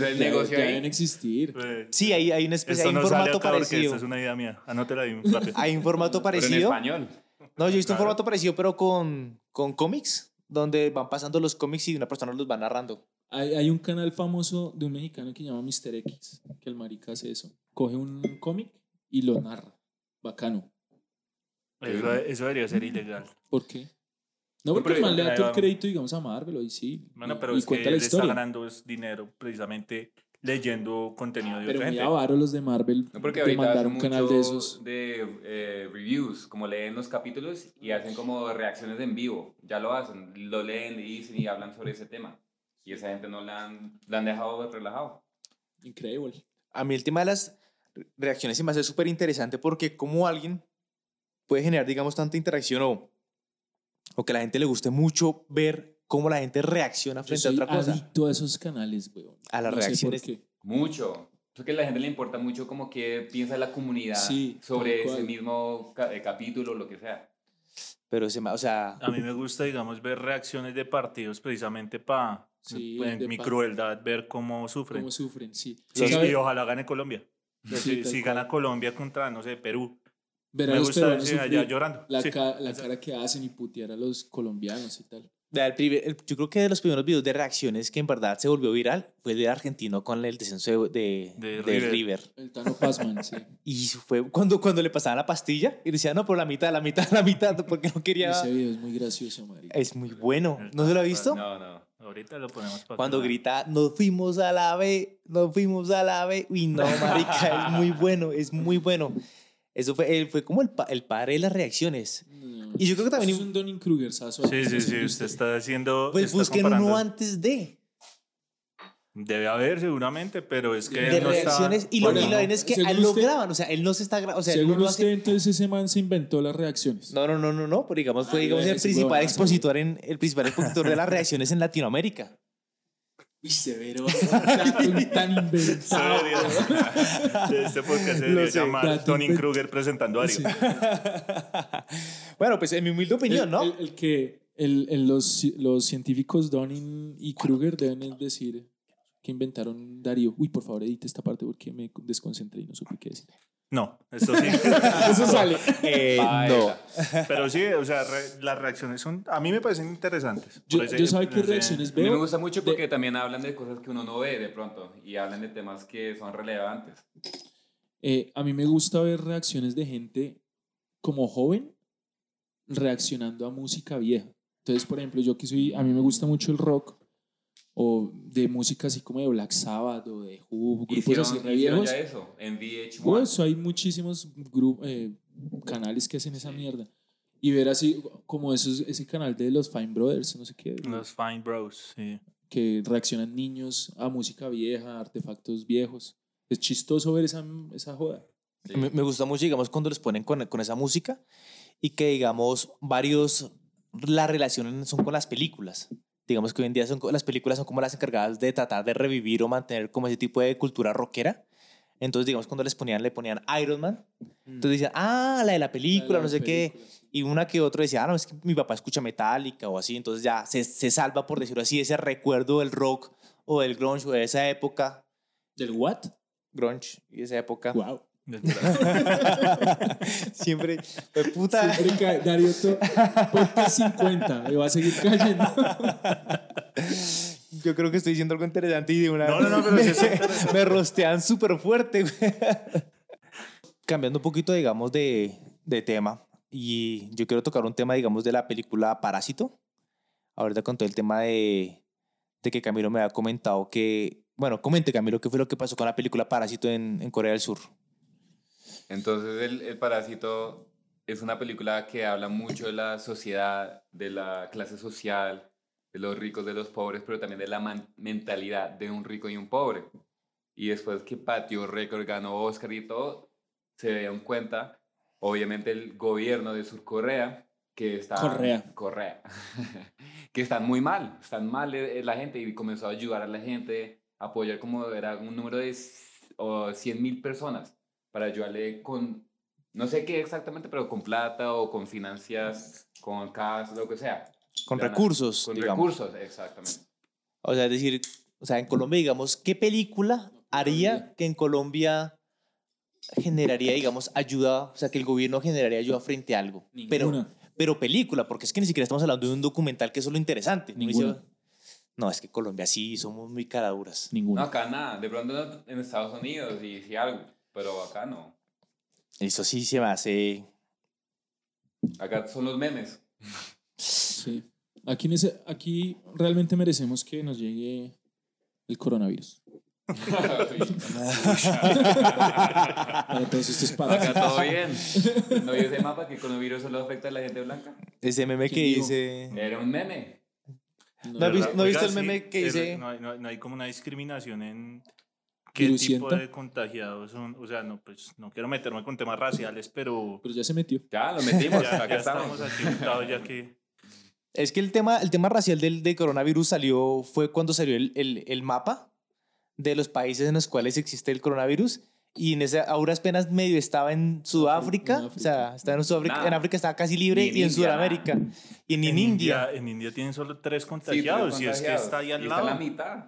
Speaker 4: el negocio ahí.
Speaker 1: deben existir.
Speaker 3: Eh,
Speaker 2: Sí, hay, hay una
Speaker 1: Pues
Speaker 2: especie,
Speaker 3: Esto
Speaker 2: hay un
Speaker 3: no sale
Speaker 2: formato
Speaker 3: acá porque
Speaker 2: parecido.
Speaker 3: esta es una idea mía. Ah, Anótela ahí rápido.
Speaker 2: Hay un formato
Speaker 4: Pero en
Speaker 2: parecido.
Speaker 4: español.
Speaker 2: No, yo he visto un
Speaker 3: Claro.
Speaker 2: formato parecido, pero con, con cómics, donde van pasando los cómics y una persona los va narrando.
Speaker 1: Hay, hay un canal famoso de un mexicano que se llama Mr. X, que el marica hace eso. Coge un cómic y lo narra. Bacano.
Speaker 3: Eso, eso debería ser ilegal.
Speaker 1: ¿Por qué? No,
Speaker 4: No,
Speaker 1: porque el
Speaker 4: pero
Speaker 1: man le da
Speaker 3: ahí
Speaker 1: todo el
Speaker 3: va.
Speaker 1: crédito, digamos, a Marvel, hoy sí.
Speaker 3: Bueno,
Speaker 1: y-
Speaker 3: pero
Speaker 1: y
Speaker 3: es que
Speaker 1: cuenta
Speaker 3: él
Speaker 1: la
Speaker 3: está
Speaker 1: historia.
Speaker 3: ganando es dinero precisamente leyendo contenido de
Speaker 1: Pero
Speaker 3: otra
Speaker 1: muy
Speaker 3: gente.
Speaker 1: avaro los de Marvel
Speaker 4: No,
Speaker 1: de
Speaker 4: porque ahorita
Speaker 1: mandar
Speaker 4: hacen
Speaker 1: un canal de esos.
Speaker 4: de eh, reviews, como leen los capítulos y hacen como reacciones en vivo. Ya lo hacen, lo leen, le dicen y hablan sobre ese tema. Y esa gente no la han, la han dejado relajado.
Speaker 1: Increíble.
Speaker 2: a mí el tema de las reacciones se me hace súper interesante porque como alguien puede generar, digamos, tanta interacción o, o que a la gente le guste mucho ver cómo la gente reacciona
Speaker 1: Yo
Speaker 2: frente a
Speaker 1: soy
Speaker 2: otra cosa.
Speaker 1: adicto a esos canales, weón.
Speaker 2: A las
Speaker 1: No sé por
Speaker 2: reacciones.
Speaker 1: qué.
Speaker 4: Mucho. Creo que a la gente le importa mucho como que piensa la comunidad
Speaker 1: Sí,
Speaker 4: sobre
Speaker 1: tal cual.
Speaker 4: ese mismo ca- eh, capítulo o lo que sea.
Speaker 2: Pero se me, o sea,
Speaker 3: A mí me gusta, digamos, ver reacciones de partidos precisamente para,
Speaker 1: Sí,
Speaker 3: en pues,
Speaker 1: de
Speaker 3: mi
Speaker 1: pa-
Speaker 3: crueldad, ver cómo sufren.
Speaker 1: Cómo sufren, sí.
Speaker 3: Sí,
Speaker 1: ¿Sabe?
Speaker 3: y ojalá gane Colombia.
Speaker 1: Sí,
Speaker 3: si
Speaker 1: tal
Speaker 3: si
Speaker 1: cual.
Speaker 3: gana Colombia contra, no sé, Perú.
Speaker 1: Ver a
Speaker 3: me
Speaker 1: los
Speaker 3: gusta ver
Speaker 1: peruanos
Speaker 3: sí, allá
Speaker 1: sufrir,
Speaker 3: llorando.
Speaker 1: la,
Speaker 3: Sí.
Speaker 1: ca- la cara que hacen y putear a los colombianos y tal.
Speaker 2: vea, el primer- el- yo creo que de los primeros videos de reacciones que en verdad se volvió viral fue el de argentino con el descenso de, de- de
Speaker 3: De
Speaker 2: River.
Speaker 3: River.
Speaker 1: El Tano Pazman, sí.
Speaker 2: Y eso fue cuando, cuando le pasaban la pastilla y decía, no, por la mitad, la mitad, la mitad, porque no quería...
Speaker 1: Ese video es muy gracioso, marica.
Speaker 2: Es muy bueno.
Speaker 3: El
Speaker 2: ¿No se lo ha
Speaker 3: Tano,
Speaker 2: visto?
Speaker 4: No, no.
Speaker 3: Ahorita lo ponemos para
Speaker 2: Cuando
Speaker 3: acá.
Speaker 2: grita, nos fuimos a la B, nos fuimos a la B. Uy, no, marica, es muy bueno, es muy bueno. Eso fue, él fue como el, pa- el padre de las reacciones.
Speaker 1: No.
Speaker 2: Y yo creo
Speaker 1: Eso
Speaker 2: que también...
Speaker 1: es un Donning Kruger, ¿sabes?
Speaker 3: Sí, sí, sí. Usted está haciendo.
Speaker 2: Pues
Speaker 3: está
Speaker 2: busquen
Speaker 3: comparando.
Speaker 2: uno antes de,
Speaker 3: Debe haber, seguramente, pero es que.
Speaker 1: De
Speaker 2: de
Speaker 3: no está-
Speaker 2: reacciones. Y lo,
Speaker 1: Bueno,
Speaker 2: y la vaina es que
Speaker 1: según
Speaker 2: a él lo
Speaker 1: usted-
Speaker 2: graban, o sea, él no se está grabando. O sea, él
Speaker 1: Según
Speaker 2: no lo
Speaker 1: usted,
Speaker 2: hace.
Speaker 1: entonces ese man se inventó las reacciones.
Speaker 2: No, no, no, no, no, porque digamos fue
Speaker 1: Ah,
Speaker 2: digamos,
Speaker 1: iba a
Speaker 2: el
Speaker 1: decir,
Speaker 2: principal
Speaker 1: huevón,
Speaker 2: expositor en el principal expositor de las reacciones en Latinoamérica.
Speaker 1: Uy, severo. tan, tan
Speaker 3: Se
Speaker 1: inventado.
Speaker 3: debería- de este podcast se
Speaker 2: Lo
Speaker 3: debería
Speaker 2: sé,
Speaker 3: llamar
Speaker 1: Brad
Speaker 3: Tony
Speaker 1: Pitt.
Speaker 3: Kruger presentando a Ario.
Speaker 1: Sí.
Speaker 2: bueno, pues en mi humilde opinión,
Speaker 1: El-
Speaker 2: ¿no?
Speaker 1: El, el que el- el- los, los científicos Donning y Kruger deben es decir que inventaron Darío. Uy, por favor, edite esta parte porque me desconcentré y no supe qué decir.
Speaker 3: No, eso sí.
Speaker 1: Eso sale.
Speaker 2: Eh, no.
Speaker 4: Baila.
Speaker 3: pero sí, o sea, re- las reacciones son. A mí me parecen interesantes.
Speaker 1: Yo,
Speaker 3: Por ese-
Speaker 1: yo sabe qué
Speaker 3: ese-
Speaker 1: reacciones
Speaker 4: A mí me
Speaker 1: veo.
Speaker 4: gusta mucho porque también hablan de cosas que uno no ve de pronto y hablan de temas que son relevantes.
Speaker 1: Eh, a mí me gusta ver reacciones de gente como joven reaccionando a música vieja. Entonces, por ejemplo, yo que soy, a mí me gusta mucho el rock o de música así como de Black Sabbath o de Who, grupos
Speaker 4: Hicieron,
Speaker 1: así re
Speaker 4: hicieron
Speaker 1: viejos. Pues,
Speaker 4: ya eso en VH1.
Speaker 1: Por eso hay muchísimos gru- eh, canales que hacen esa mierda. Y ver así como esos, ese canal de los Fine Brothers, no sé qué,
Speaker 3: Los Fine Bros, sí.
Speaker 1: que reaccionan niños a música vieja, a artefactos viejos. Es chistoso ver esa, esa joda.
Speaker 4: Sí.
Speaker 2: Me, me gusta mucho, digamos, cuando les ponen con, con esa música y que, digamos, varios, las relaciones son con las películas. Digamos que hoy en día son, co- las películas son como las encargadas de tratar de revivir o mantener como ese tipo de cultura rockera. Entonces, digamos, cuando les ponían, le ponían Iron Man. Entonces decían, ah, la de la película, no sé qué. Y una que otro decía, ah, no, es que mi papá escucha Metallica o así. Entonces ya se, se salva, por decirlo así, ese recuerdo del rock o del grunge o de esa época.
Speaker 1: ¿Del what?
Speaker 2: Grunge y esa época.
Speaker 1: Wow.
Speaker 2: Siempre, pues, puta.
Speaker 1: Siempre cae- Darío, to- ponte 50, me va a seguir cayendo.
Speaker 2: Yo creo que estoy diciendo algo interesante y de una
Speaker 3: No, no, no, pero
Speaker 2: me,
Speaker 3: sí es
Speaker 2: me rostean súper fuerte. güey. Cambiando un poquito, digamos, de, de tema. Y yo quiero tocar un tema, digamos, de la película Parásito. Ahorita con todo el tema de, de que Camilo me había comentado que... Bueno, comente, Camilo, ¿qué fue lo que pasó con la película Parásito en, en Corea del Sur?
Speaker 4: Entonces el, el Parásito es una película que habla mucho de la sociedad, de la clase social, de los ricos, de los pobres, pero también de la man- mentalidad de un rico y un pobre. Y después que Patio récord, ganó Oscar y todo, se dieron cuenta, obviamente el gobierno de Sur Corea, que está...
Speaker 1: Correa.
Speaker 4: Correa. que están muy mal, están mal eh, la gente y comenzó a ayudar a la gente, apoyar como era un número de c- o 100 mil personas para ayudarle con, no sé qué exactamente, pero con plata o con finanzas, con casas, lo que sea.
Speaker 2: Con
Speaker 4: De la nada.
Speaker 2: recursos,
Speaker 4: Con
Speaker 2: digamos.
Speaker 4: recursos, exactamente.
Speaker 2: O sea, es decir, o sea, en Colombia, digamos, ¿qué película haría que en Colombia generaría, digamos, ayuda, o sea, que el gobierno generaría ayuda frente a algo? Pero,
Speaker 1: Ninguna.
Speaker 2: pero película, porque es que ni siquiera estamos hablando de un documental, que eso es lo interesante. Uno dice,
Speaker 1: Ninguna.
Speaker 2: no, es que Colombia sí, somos muy caraduras.
Speaker 4: No,
Speaker 1: Ninguna.
Speaker 4: acá nada, de pronto en Estados Unidos y si algo, pero acá no.
Speaker 2: Eso sí se me hace...
Speaker 4: Acá son los memes.
Speaker 1: Sí. Aquí, en ese- aquí realmente merecemos que nos llegue el coronavirus.
Speaker 4: Sí.
Speaker 1: pues, Para todos estos padres.
Speaker 4: Acá todo bien. ¿No vio ese mapa que el coronavirus solo afecta a la gente blanca?
Speaker 2: Ese meme que
Speaker 1: ¿Quién dijo?
Speaker 2: dice...
Speaker 4: Era un meme.
Speaker 1: No,
Speaker 2: ¿No has
Speaker 1: no,
Speaker 2: visto- no has
Speaker 3: Oiga,
Speaker 2: visto el
Speaker 3: sí,
Speaker 2: meme que
Speaker 3: el-
Speaker 2: dice-
Speaker 3: No hay, no hay- no hay como una discriminación en, ¿Qué
Speaker 1: ¿Virusienta?
Speaker 3: tipo de contagiados son? O sea, no, pues, no quiero meterme con temas raciales, pero
Speaker 1: Pero ya se metió.
Speaker 4: Ya, lo metimos,
Speaker 3: ya,
Speaker 4: pues, acá
Speaker 3: ya
Speaker 4: estamos.
Speaker 3: estamos aquí juntados ya que...
Speaker 2: Es que el tema, el tema racial del, del coronavirus salió, fue cuando salió el, el- el mapa de los países en los cuales existe el coronavirus. Y en ese, a duras penas medio estaba en Sudáfrica,
Speaker 1: en
Speaker 2: o sea,
Speaker 1: África.
Speaker 2: estaba en Sudáfrica,
Speaker 4: Nada.
Speaker 2: en África estaba casi libre
Speaker 4: Ni
Speaker 2: y
Speaker 4: en
Speaker 2: en
Speaker 4: India,
Speaker 2: Sudamérica. Y ni en, India.
Speaker 3: En India tienen solo tres
Speaker 4: Sí, pero
Speaker 3: contagiados, y es que
Speaker 4: contagiados.
Speaker 3: está ahí
Speaker 4: Y
Speaker 3: al
Speaker 4: está en
Speaker 3: lado.
Speaker 4: la mitad.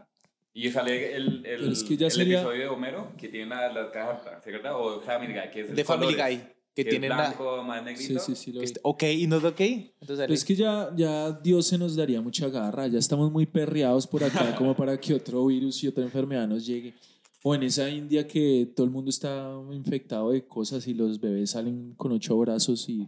Speaker 4: Y sale el, el,
Speaker 1: Pero es que ya
Speaker 4: el
Speaker 1: sería-
Speaker 4: episodio de Homero que tiene la, la caja, ¿se acuerda? O Family Guy, que es el
Speaker 2: De Family
Speaker 4: colores,
Speaker 2: Guy, que
Speaker 4: es
Speaker 2: tienen la...
Speaker 4: blanco, más
Speaker 1: Sí,
Speaker 4: negrito.
Speaker 1: sí, sí. Lo
Speaker 2: que
Speaker 1: vi.
Speaker 2: es ok y no es ok. Entonces,
Speaker 1: Pero es que ya, ya Dios se nos daría mucha garra, ya estamos muy perreados por acá como para que otro virus y otra enfermedad nos llegue. O en esa India que todo el mundo está infectado de cosas y los bebés salen con ocho brazos y...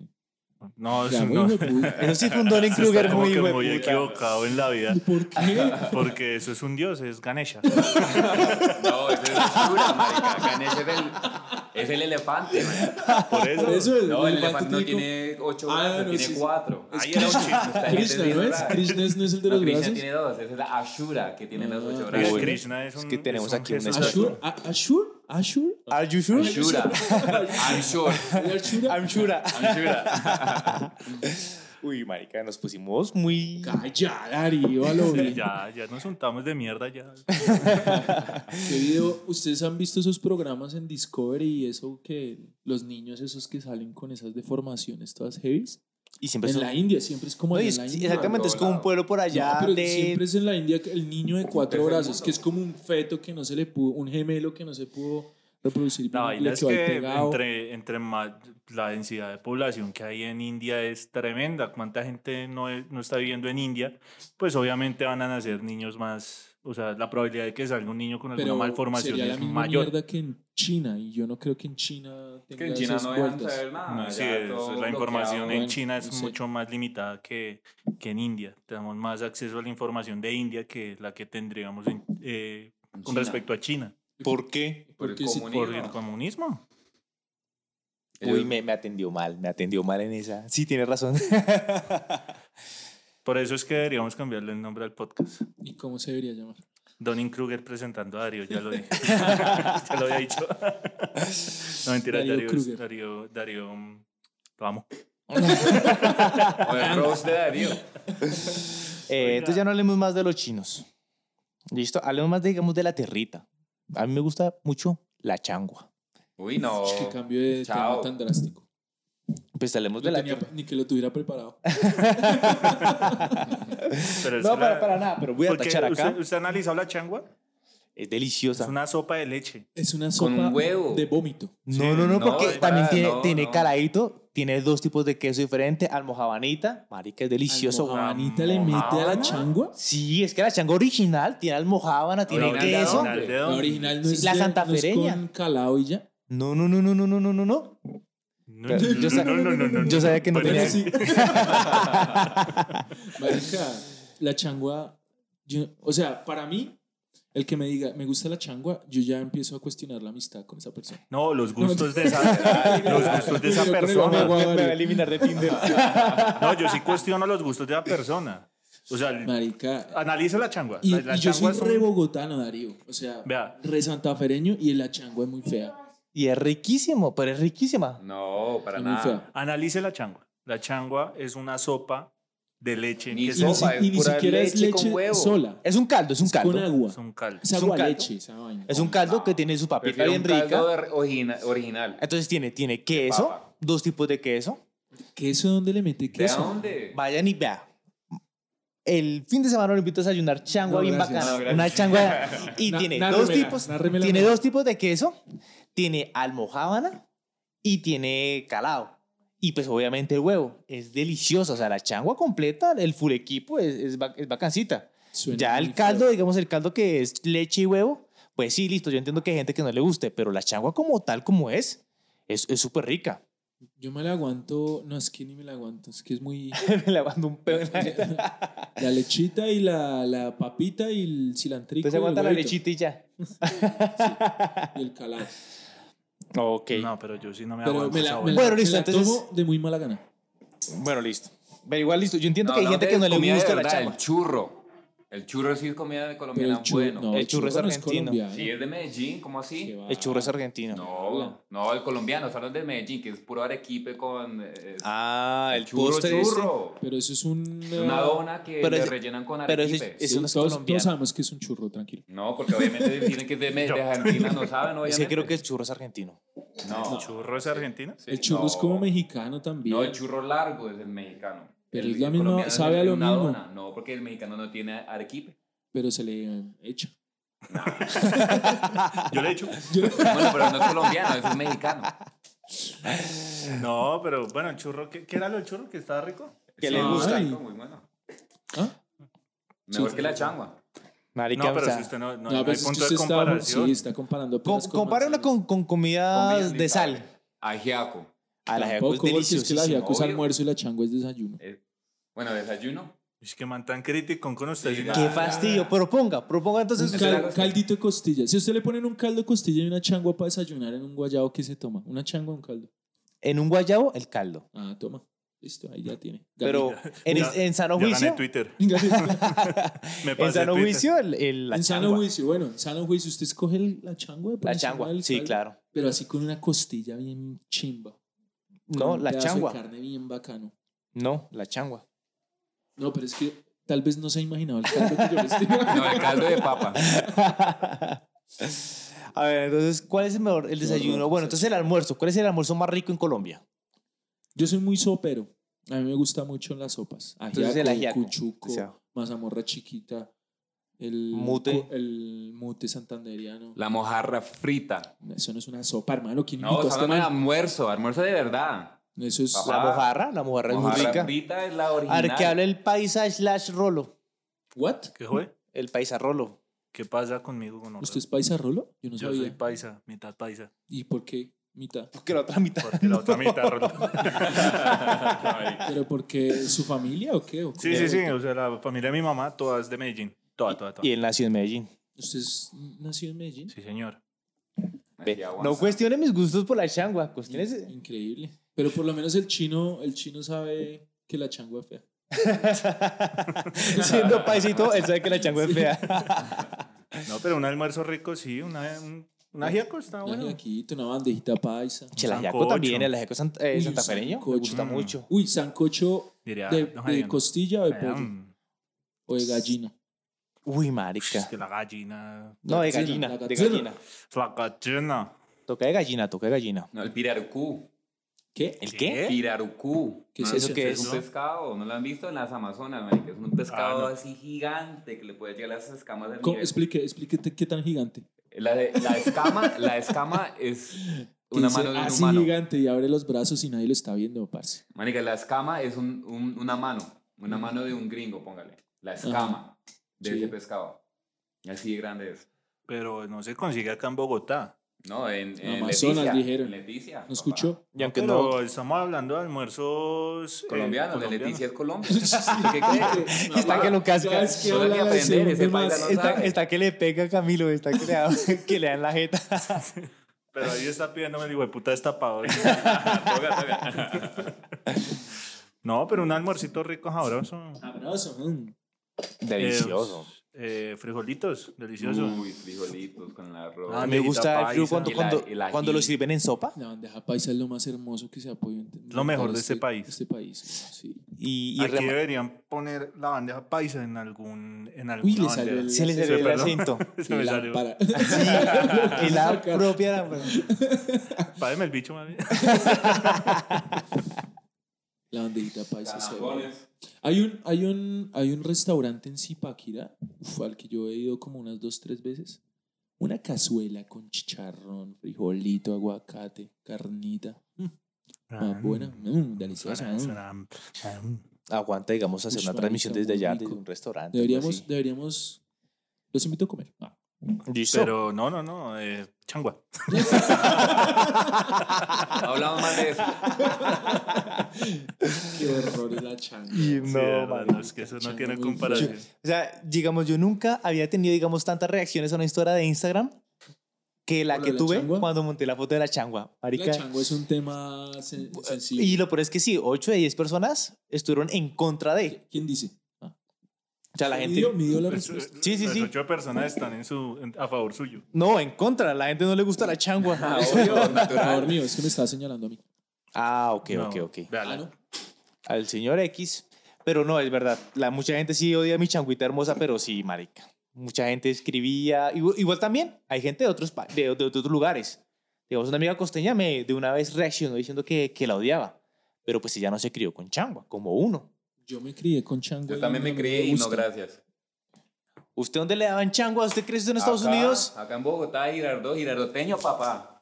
Speaker 3: No,
Speaker 1: Ya, pues,
Speaker 3: eso
Speaker 1: muy
Speaker 3: no.
Speaker 1: hueputa.
Speaker 2: eso sí fue un Donning
Speaker 3: Eso está
Speaker 2: Kruger
Speaker 3: como
Speaker 2: muy,
Speaker 3: que muy,
Speaker 2: hueputa.
Speaker 3: equivocado en la vida.
Speaker 1: ¿Por qué?
Speaker 3: Porque eso es un dios, es Ganesha.
Speaker 4: No, ese es el Shura, marica. Gan, ese es el, es el elefante, marica.
Speaker 3: Por eso.
Speaker 1: Por eso el,
Speaker 4: No, el
Speaker 1: elefante
Speaker 4: elefante no
Speaker 1: tiene
Speaker 4: tiene ocho
Speaker 1: Ah,
Speaker 4: brazos,
Speaker 1: no,
Speaker 4: tiene
Speaker 1: sí, sí.
Speaker 4: cuatro.
Speaker 1: Es
Speaker 4: Ahí era un chiste. esta gente
Speaker 1: Krishna,
Speaker 4: es
Speaker 1: ¿no es?
Speaker 4: rara.
Speaker 1: Krishna es- no es el de
Speaker 4: No,
Speaker 1: los
Speaker 4: Krishna
Speaker 1: brazos.
Speaker 4: tiene dos, esa es la Ashura que tiene los ocho
Speaker 1: Ah,
Speaker 3: Oiga,
Speaker 4: brazos.
Speaker 1: Bueno.
Speaker 3: Krishna es un.
Speaker 2: Es que tenemos
Speaker 3: es un
Speaker 2: aquí un
Speaker 3: Jesús.
Speaker 1: Ashur, a- Ashur, Ashur,
Speaker 2: Are you sure?
Speaker 4: Ashura. Ashura.
Speaker 1: Ashura.
Speaker 2: I'm sure.
Speaker 4: Ashura.
Speaker 2: Uy, marica, nos pusimos muy...
Speaker 1: Calla, Darío, a lo bien.
Speaker 3: Ya, ya nos juntamos de mierda ya.
Speaker 1: ¿Qué video? ¿Ustedes han visto esos programas en Discovery y eso que los niños esos que salen con esas deformaciones todas heavy?
Speaker 2: Y siempre
Speaker 1: En
Speaker 2: son-
Speaker 1: la India, siempre es como
Speaker 2: No, y
Speaker 1: en
Speaker 2: es-
Speaker 1: la
Speaker 2: sí,
Speaker 1: India.
Speaker 2: exactamente, es como un
Speaker 4: Colorado.
Speaker 2: pueblo por allá
Speaker 1: No, pero
Speaker 2: de-
Speaker 1: siempre es en la India que el niño de cuatro
Speaker 4: Tercer
Speaker 1: brazos,
Speaker 4: mundo.
Speaker 1: que es como un feto que no se le pudo, un gemelo que no se pudo reproducir.
Speaker 3: La
Speaker 1: bien, le
Speaker 3: vaina es
Speaker 1: quedó ahí
Speaker 3: que
Speaker 1: pegado.
Speaker 3: entre, entre más, la densidad de población que hay en India es tremenda. ¿Cuánta gente no, es- no está viviendo en India? Pues obviamente van a nacer niños más. O sea, la probabilidad de que salga un niño con alguna
Speaker 1: pero
Speaker 3: malformación
Speaker 1: sería la
Speaker 3: es
Speaker 1: misma
Speaker 3: mayor.
Speaker 1: mierda que en China y yo no creo que en China tenga
Speaker 4: Que en China
Speaker 1: esas
Speaker 4: no dejan
Speaker 1: vueltas.
Speaker 4: saber nada.
Speaker 3: No,
Speaker 4: Ah, ya
Speaker 3: sí, es-
Speaker 4: todo
Speaker 3: la información
Speaker 4: bloqueado.
Speaker 3: en China es
Speaker 1: Sí.
Speaker 3: mucho más limitada que, que en India. Tenemos más acceso a la información de India que la que tendríamos en- eh,
Speaker 4: En
Speaker 3: con
Speaker 4: China.
Speaker 3: respecto a China
Speaker 2: ¿Por qué?
Speaker 4: Por el
Speaker 1: Porque si-
Speaker 4: comunismo.
Speaker 3: por el comunismo.
Speaker 2: Uy, me, me atendió mal, me atendió mal en esa. Sí, tienes razón.
Speaker 3: Por eso es que deberíamos cambiarle el nombre al podcast.
Speaker 1: ¿Y cómo se debería llamar?
Speaker 3: Donning Kruger presentando a Darío, ya lo dije. ya lo había dicho. no, mentira,
Speaker 1: Darío
Speaker 3: Darío, es-
Speaker 1: Kruger.
Speaker 3: Darío, Darío, mm, lo amo.
Speaker 4: O
Speaker 1: Ah,
Speaker 4: el roast de Darío.
Speaker 2: Eh,
Speaker 3: Oiga.
Speaker 2: entonces ya no hablemos más de los chinos. ¿Listo? Hablemos más, de, digamos, de la territa. A mí me gusta mucho la changua.
Speaker 4: Uy, no.
Speaker 1: Qué cambio de tema
Speaker 4: Chao.
Speaker 1: tan drástico.
Speaker 2: Pues hablemos de
Speaker 1: No
Speaker 2: la
Speaker 1: tenía
Speaker 2: territa.
Speaker 1: ni que lo tuviera preparado.
Speaker 3: Pero es
Speaker 2: No,
Speaker 3: que
Speaker 2: para,
Speaker 3: la-
Speaker 2: para nada, pero voy a
Speaker 3: pues porque
Speaker 2: tachar acá.
Speaker 3: ¿Usted, usted ha analizado la changua?
Speaker 2: Es
Speaker 3: Es
Speaker 2: deliciosa.
Speaker 3: una sopa de leche.
Speaker 1: Es una
Speaker 4: Con
Speaker 1: sopa
Speaker 4: un huevo.
Speaker 1: de vómito.
Speaker 2: No, no, no,
Speaker 4: no,
Speaker 2: porque
Speaker 4: es
Speaker 2: también
Speaker 4: verdad,
Speaker 2: tiene,
Speaker 4: no,
Speaker 2: tiene
Speaker 4: no.
Speaker 2: calaíto, tiene dos tipos de queso diferente, almojabanita. Marica, es delicioso.
Speaker 3: Almoja-
Speaker 1: Almojabanita le mete a la
Speaker 3: Almojábana.
Speaker 1: changua.
Speaker 2: Sí, es que la changua original tiene almojábana, tiene
Speaker 4: Original de
Speaker 2: queso.
Speaker 4: dónde?
Speaker 3: ¿De
Speaker 1: La
Speaker 3: dónde?
Speaker 1: original no
Speaker 2: Sí,
Speaker 1: es,
Speaker 2: la
Speaker 1: de- no
Speaker 2: santafereña.
Speaker 1: es con calao y ya.
Speaker 2: No, no, no, no, no, no, no, no, no.
Speaker 3: No,
Speaker 2: Pero
Speaker 3: no,
Speaker 2: yo
Speaker 3: no,
Speaker 2: sab-
Speaker 3: no, no, no, no, Pues,
Speaker 2: yo sabía que no
Speaker 3: Pero
Speaker 2: tenía-
Speaker 3: sí.
Speaker 1: Marica, la changua. yo- o sea, para mí, el que me diga me gusta la changua, yo ya empiezo a cuestionar la amistad con esa persona.
Speaker 3: No, los gustos de esa, los gustos de esa
Speaker 1: Yo con el
Speaker 2: Me,
Speaker 3: persona.
Speaker 1: agua.
Speaker 2: me va a eliminar de Tinder.
Speaker 3: No, yo sí cuestiono los gustos de la persona. O sea, el-
Speaker 1: Marica.
Speaker 3: analiza la changua.
Speaker 1: Y,
Speaker 3: Ah, La, la
Speaker 1: y yo soy
Speaker 3: changua es
Speaker 1: re
Speaker 3: un-
Speaker 1: bogotano, Darío. O sea,
Speaker 3: Vea.
Speaker 1: re santafereño y la changua es muy fea.
Speaker 2: Y es riquísimo, pero es riquísima.
Speaker 4: No, para
Speaker 1: Es muy
Speaker 4: nada.
Speaker 1: fea.
Speaker 3: Analice la changua. La changua es una sopa de leche
Speaker 1: Y,
Speaker 3: que
Speaker 4: Ni
Speaker 1: ni si-
Speaker 4: sopa, es
Speaker 1: y ni
Speaker 4: pura
Speaker 1: siquiera es
Speaker 4: leche
Speaker 1: leche
Speaker 4: con huevo.
Speaker 1: sola.
Speaker 2: Es un caldo, es un
Speaker 1: con
Speaker 2: caldo.
Speaker 1: agua.
Speaker 3: es un caldo.
Speaker 1: Es
Speaker 2: es un
Speaker 1: agua
Speaker 2: caldo.
Speaker 1: leche esa vaina.
Speaker 2: Es un caldo
Speaker 4: No.
Speaker 2: que tiene su papita
Speaker 4: Prefiero
Speaker 2: bien
Speaker 4: un caldo
Speaker 2: rica.
Speaker 4: de origina- original.
Speaker 2: Entonces tiene, tiene queso,
Speaker 4: papa.
Speaker 2: dos tipos de queso.
Speaker 1: ¿Queso dónde le mete
Speaker 4: ¿De
Speaker 1: queso?
Speaker 4: dónde?
Speaker 2: Vayan y vean. El fin de semana lo invito a desayunar changua
Speaker 1: No,
Speaker 2: bien
Speaker 1: gracias.
Speaker 2: bacana.
Speaker 4: No, gracias.
Speaker 2: una changua. Y
Speaker 1: Na-
Speaker 2: tiene
Speaker 1: na
Speaker 2: dos
Speaker 1: remera,
Speaker 2: tipos.
Speaker 1: na remera
Speaker 2: Tiene
Speaker 1: no.
Speaker 2: dos tipos de queso. Tiene almojábana y tiene calado. Y pues obviamente el huevo. Es delicioso. O sea, la changua completa, el full equipo es, es, ba- es bacancita.
Speaker 1: Suena
Speaker 2: ya
Speaker 1: muy
Speaker 2: el caldo,
Speaker 1: feo.
Speaker 2: digamos, el caldo que es leche y huevo, pues sí, listo. Yo entiendo que hay gente que no le guste, pero la changua como tal, como es, es es súper rica.
Speaker 1: Yo me la aguanto. No, es que ni me la aguanto. Es que es muy.
Speaker 2: Me lavando un peo en la jeta.
Speaker 1: La lechita y la, la papita y el cilantrico.
Speaker 2: Entonces
Speaker 1: y el
Speaker 2: aguanta la
Speaker 1: huevito
Speaker 2: lechita y ya.
Speaker 1: Y el calado.
Speaker 2: Ok.
Speaker 3: No, pero yo sí no me
Speaker 1: Pero
Speaker 3: aguanto
Speaker 1: me
Speaker 3: esa
Speaker 1: la, me
Speaker 3: vaina.
Speaker 1: la-
Speaker 2: Bueno,
Speaker 1: me
Speaker 2: listo,
Speaker 1: la
Speaker 2: entonces-
Speaker 1: tomo de muy mala gana.
Speaker 2: Bueno, listo. Pero igual, listo. Yo entiendo
Speaker 4: No,
Speaker 2: que hay
Speaker 4: no,
Speaker 2: gente
Speaker 4: de
Speaker 2: que no le
Speaker 4: comida de
Speaker 2: gusta la
Speaker 4: verdad,
Speaker 2: changua.
Speaker 4: El churro. El churro sí es comida
Speaker 1: Pero
Speaker 4: colombiana
Speaker 1: el churro,
Speaker 4: bueno.
Speaker 1: no,
Speaker 2: El churro es
Speaker 1: no
Speaker 2: argentino.
Speaker 1: colombiano.
Speaker 4: Si es de Medellín, ¿cómo
Speaker 1: Qué
Speaker 4: así?
Speaker 1: va.
Speaker 2: El churro es argentino.
Speaker 4: No, no, el colombiano, son los de Medellín, que es puro arequipe con... eh,
Speaker 2: Ah, el
Speaker 4: churro,
Speaker 2: postre este.
Speaker 4: churro.
Speaker 1: Pero eso es un... eh,
Speaker 4: Una dona que
Speaker 2: Pero
Speaker 4: le
Speaker 2: ese-
Speaker 4: rellenan con
Speaker 2: pero ese-
Speaker 4: arequipe.
Speaker 1: sí,
Speaker 2: eso no es
Speaker 1: todos, todos
Speaker 2: colombiano.
Speaker 1: sabemos que es un churro, tranquilo.
Speaker 4: No, porque obviamente tienen que es de, Me- de Argentina, no saben,
Speaker 2: Es
Speaker 4: obviamente.
Speaker 2: que creo que el churro es argentino.
Speaker 4: No,
Speaker 3: ¿Churro es argentino?
Speaker 4: sí,
Speaker 1: el churro
Speaker 4: no.
Speaker 1: es como mexicano también.
Speaker 4: No, el churro largo es el mexicano.
Speaker 1: Pero
Speaker 4: El-
Speaker 1: es la
Speaker 4: el
Speaker 1: misma-
Speaker 4: colombiano es
Speaker 1: sabe a lo
Speaker 4: una
Speaker 1: mismo.
Speaker 4: dona. No, porque el mexicano no tiene arequipe.
Speaker 1: Pero se le eh, echa.
Speaker 3: Yo le he hecho.
Speaker 4: Bueno, pero no es colombiano, es un mexicano.
Speaker 3: No, pero bueno, el churro, ¿qué, qué era lo del churro que estaba rico?
Speaker 2: Que
Speaker 4: Sí,
Speaker 2: le
Speaker 4: es
Speaker 2: gusta.
Speaker 4: rico, muy bueno.
Speaker 1: ¿Ah?
Speaker 4: Mejor
Speaker 1: Sí.
Speaker 4: que la changua.
Speaker 2: Ah, Marica,
Speaker 3: No,
Speaker 2: o
Speaker 3: pero
Speaker 2: sea,
Speaker 3: si usted no, no,
Speaker 1: No,
Speaker 3: no
Speaker 1: pero
Speaker 3: hay
Speaker 1: es que
Speaker 3: punto de
Speaker 1: usted está-
Speaker 3: comparación.
Speaker 1: sí, está comparando
Speaker 2: com-
Speaker 1: apenas con
Speaker 2: compárenla
Speaker 1: manzanas.
Speaker 2: con, con comidas
Speaker 4: Comida
Speaker 2: de
Speaker 4: sal.
Speaker 2: sal.
Speaker 4: Ajiaco.
Speaker 2: A
Speaker 1: Tampoco,
Speaker 2: la ajiaco es
Speaker 1: porque es que la
Speaker 2: deliciosísimo.
Speaker 1: ajiaco es
Speaker 4: obvio.
Speaker 1: almuerzo y la changua es desayuno.
Speaker 4: Eh, bueno, desayuno.
Speaker 3: Es que man tan crítico con usted.
Speaker 4: Sí,
Speaker 3: ¿no?
Speaker 4: la-
Speaker 2: Qué fastidio. Proponga, proponga
Speaker 1: Un
Speaker 2: entonces.
Speaker 4: Cal-
Speaker 1: cal- caldito de costilla. Si usted le ponen un caldo de costilla y una changua para desayunar en un guayabo, ¿qué se toma? Una changua, un caldo.
Speaker 2: En un guayabo, el caldo.
Speaker 1: Ah, toma. Listo, ahí ya tiene.
Speaker 2: Pero en,
Speaker 3: Ya-
Speaker 2: en sano
Speaker 3: ya gané
Speaker 2: juicio,
Speaker 3: Twitter.
Speaker 1: Ganito.
Speaker 3: Me
Speaker 2: en
Speaker 3: pasé
Speaker 2: sano
Speaker 3: Twitter.
Speaker 2: juicio, el, el- la
Speaker 1: en sano
Speaker 2: changua.
Speaker 1: juicio, pues, bueno, en sano juicio, usted escoge el- la changua. y pone
Speaker 2: La
Speaker 1: encima
Speaker 2: changua,
Speaker 1: del
Speaker 2: sí,
Speaker 1: caldo,
Speaker 2: claro.
Speaker 1: Pero así con una costilla bien chimba. con
Speaker 2: No,
Speaker 1: un
Speaker 2: la
Speaker 1: pedazo de
Speaker 2: changua.
Speaker 1: carne bien bacano.
Speaker 2: No, la changua.
Speaker 1: No, pero es que tal vez no se ha imaginado el caldo que yo le estoy
Speaker 4: No, el caldo de papa.
Speaker 2: A ver, entonces, ¿cuál es el mejor? El desayuno.
Speaker 1: horror,
Speaker 2: Bueno, entonces el almuerzo. ¿Cuál es el almuerzo más rico en Colombia?
Speaker 1: Yo soy muy sopero. A mí me gustan mucho las sopas. Ajiaco,
Speaker 2: Entonces, el ajiaco.
Speaker 1: cuchuco,
Speaker 2: O sea.
Speaker 1: mazamorra chiquita, el
Speaker 2: Mute.
Speaker 1: cu- el mute santanderiano.
Speaker 4: La mojarra frita.
Speaker 1: Eso no es una sopa, hermano. ¿Quién
Speaker 4: No,
Speaker 1: invitó a este
Speaker 4: estamos en
Speaker 1: man?
Speaker 4: almuerzo, almuerzo de verdad.
Speaker 1: Eso es
Speaker 4: Papá.
Speaker 2: La
Speaker 4: Ah,
Speaker 2: mojarra, la mojarra es muy
Speaker 4: Mojarra
Speaker 2: rica.
Speaker 4: frita es la
Speaker 2: A ver,
Speaker 4: original.
Speaker 2: que hable el paisa slash rolo.
Speaker 1: what?
Speaker 3: ¿Qué fue?
Speaker 2: El paisa rolo.
Speaker 3: ¿Qué pasa conmigo? Con
Speaker 1: ¿Usted es paisa rolo? Yo no
Speaker 3: Yo
Speaker 1: sabía.
Speaker 3: soy paisa, mitad paisa.
Speaker 1: ¿Y por qué mitad?
Speaker 2: Porque la otra mitad.
Speaker 3: Porque la otra mitad
Speaker 1: ¿Pero porque su familia o qué? ¿O
Speaker 3: Sí,
Speaker 1: cómo?
Speaker 3: sí, sí. O sea, la familia de mi mamá, todas de Medellín. Toda, toda, toda.
Speaker 2: Y él nació en Medellín.
Speaker 1: ¿Usted es- nació en Medellín?
Speaker 3: Sí, señor.
Speaker 2: Ve,
Speaker 4: Así aguanta.
Speaker 2: No cuestione mis gustos por la changua. Cuestiones.
Speaker 1: Increíble. Pero por lo menos el chino, el chino sabe que la changua es fea.
Speaker 2: Siendo paisito, él sabe que la changua es fea.
Speaker 3: No, pero un almuerzo rico, sí. Una, un, un ajiaco está
Speaker 1: Una
Speaker 3: Ah, bueno.
Speaker 1: ajiaquito, una bandejita paisa.
Speaker 2: El ajiaco
Speaker 3: sancocho.
Speaker 2: también, el ajiaco sant- eh,
Speaker 1: Uy, un
Speaker 2: santafereño. Me
Speaker 1: sancocho.
Speaker 2: gusta
Speaker 3: Mm.
Speaker 2: mucho.
Speaker 1: Uy, sancocho
Speaker 3: Diría.
Speaker 1: de,
Speaker 3: no,
Speaker 1: de
Speaker 3: Javier,
Speaker 1: costilla o de
Speaker 3: Ay,
Speaker 1: pollo
Speaker 3: mm,
Speaker 1: o de gallina.
Speaker 2: Uy,
Speaker 3: pues Es
Speaker 2: marica.
Speaker 3: que la gallina.
Speaker 2: No, de
Speaker 1: gallina,
Speaker 2: gallina,
Speaker 1: la
Speaker 2: de
Speaker 1: gallina.
Speaker 2: gallina.
Speaker 3: La gallina.
Speaker 2: Toca de gallina, toca de gallina.
Speaker 4: No, el pirarucú.
Speaker 1: ¿Qué?
Speaker 2: ¿El qué?
Speaker 4: Pirarucú.
Speaker 1: ¿Eh? ¿Qué es
Speaker 4: No,
Speaker 1: eso?
Speaker 4: que
Speaker 2: ¿Qué
Speaker 4: es
Speaker 2: es?
Speaker 4: un pescado, ¿no lo han visto en las Amazonas? marica? Es un pescado
Speaker 3: Ah, no.
Speaker 4: así gigante que le puede llegar a las escamas del
Speaker 1: ¿Cómo?
Speaker 4: nivel.
Speaker 1: Explique, explíquete qué tan gigante.
Speaker 4: La, de- la escama, la escama es
Speaker 1: Que
Speaker 4: una
Speaker 1: dice,
Speaker 4: mano de un
Speaker 1: así
Speaker 4: humano.
Speaker 1: gigante y abre los brazos y nadie lo está viendo, parce.
Speaker 4: Marica, la escama es un- un- una mano, una mano de un gringo, póngale. La escama de
Speaker 1: Sí.
Speaker 4: ese pescado. Así de grande es.
Speaker 3: Pero no se consigue acá en Bogotá.
Speaker 4: No, en, en
Speaker 1: Amazonas,
Speaker 4: Leticia.
Speaker 1: dijeron.
Speaker 4: en Leticia, papá.
Speaker 1: ¿No escuchó?
Speaker 2: Y aunque
Speaker 3: pero
Speaker 2: no.
Speaker 3: estamos hablando de almuerzos. eh,
Speaker 4: Colombiano, de
Speaker 3: colombianos.
Speaker 4: Leticia es Colombia.
Speaker 1: ¿Qué cree?
Speaker 2: Está que lo casca.
Speaker 1: Cada vez que
Speaker 4: Solo hay que
Speaker 1: habla la
Speaker 4: aprender,
Speaker 1: segunda
Speaker 4: ese paisa
Speaker 1: más.
Speaker 4: no
Speaker 2: Está,
Speaker 4: sabe.
Speaker 2: está que le pega a Camilo, está que le, da- que le dan la jeta.
Speaker 3: Pero ahí está pidiéndome, digo, de puta destapado.
Speaker 4: Toca, toca.
Speaker 3: No, pero un almuercito rico, sabroso.
Speaker 1: Sabroso, mm.
Speaker 3: Eh, eh, frijolitos, delicioso.
Speaker 4: Uy, frijolitos con el arroz.
Speaker 3: Ah,
Speaker 2: Eh, me gusta el
Speaker 3: paisa,
Speaker 2: frío cuando,
Speaker 4: el
Speaker 2: cuando,
Speaker 4: a- el ají.
Speaker 2: cuando lo sirven en sopa
Speaker 1: La bandeja paisa es lo más hermoso que se ha podido entender.
Speaker 3: Lo mejor de este país.
Speaker 1: Este país, sí.
Speaker 2: y, y
Speaker 3: Aquí
Speaker 2: rema-
Speaker 3: deberían poner la bandeja paisa en algún. En
Speaker 1: Uy, le
Speaker 3: alguna
Speaker 1: salió
Speaker 3: bandera.
Speaker 1: el-
Speaker 2: se les
Speaker 1: Sí,
Speaker 2: salió el
Speaker 3: perdón.
Speaker 2: acento.
Speaker 3: Se me
Speaker 1: La
Speaker 3: salió.
Speaker 1: para-
Speaker 2: Y la propia.
Speaker 3: Págame el bicho, mami.
Speaker 1: La bandejita paisa se ve.
Speaker 4: Caracoles.
Speaker 1: Hay un, hay, un, hay un restaurante en Zipaquirá, uf, al que yo he ido como unas dos, tres veces. Una cazuela con chicharrón, frijolito, aguacate, carnita. Mm,
Speaker 4: Ah,
Speaker 1: más buena, mm, deliciosa.
Speaker 3: Suena-
Speaker 1: mm.
Speaker 3: suena-
Speaker 2: Aguanta, digamos, hacer
Speaker 1: Uy,
Speaker 2: una transmisión
Speaker 1: marica,
Speaker 2: desde
Speaker 1: muy
Speaker 2: allá,
Speaker 1: rico.
Speaker 2: desde un restaurante. algo
Speaker 1: Deberíamos,
Speaker 2: así.
Speaker 1: deberíamos. Los invito a comer. Ah.
Speaker 2: Listo.
Speaker 3: Pero no, no, no. eh, changua.
Speaker 4: No hablamos más de eso.
Speaker 1: Qué horror es la changa.
Speaker 2: Y
Speaker 3: Sí,
Speaker 2: no,
Speaker 3: de verdad,
Speaker 2: marica.
Speaker 3: no, es que eso no
Speaker 1: Changua
Speaker 3: tiene
Speaker 1: muy
Speaker 3: comparación.
Speaker 2: O sea, digamos, yo nunca había tenido, digamos, tantas reacciones a una historia de Instagram que la
Speaker 1: ¿Por lo
Speaker 2: que
Speaker 1: de la
Speaker 2: tuve
Speaker 1: changua?
Speaker 2: cuando monté la foto de la changua.
Speaker 1: La
Speaker 2: Marica.
Speaker 1: changua es un tema sen- sensible.
Speaker 2: Y lo peor es que sí, 8 de 10 personas estuvieron en contra de.
Speaker 1: ¿Quién dice? Ah.
Speaker 2: O sea, la gente...
Speaker 1: Midió, midió la respuesta.
Speaker 2: Sí, sí,
Speaker 3: Las
Speaker 2: sí.
Speaker 3: ocho personas están en su, en- a favor suyo.
Speaker 2: No, en contra. La gente no le gusta la changua.
Speaker 4: Ah, obvio,
Speaker 1: Favor
Speaker 4: natural.
Speaker 1: mío, es que me estaba señalando a mí.
Speaker 2: Ah, ok,
Speaker 3: No,
Speaker 2: ok, ok.
Speaker 3: véala.
Speaker 1: Ah, ¿no?
Speaker 2: Al señor X. Pero no, es verdad. La, mucha gente sí odia mi changuita hermosa, pero sí, marica. Mucha gente escribía. Igu- Igual, también hay gente de otros, pa- de, de- de otros lugares. Digamos, una amiga costeña me de una vez reaccionó diciendo que, que la odiaba. Pero pues ella no se crió con changua, como uno.
Speaker 1: Yo me crié con changua.
Speaker 4: Yo también me crié y no, gracias.
Speaker 2: ¿Usted dónde le daban changua? ¿Usted creció en Estados
Speaker 4: Acá-
Speaker 2: Unidos?
Speaker 4: Acá en Bogotá, Girardot, Girardoteño, papá.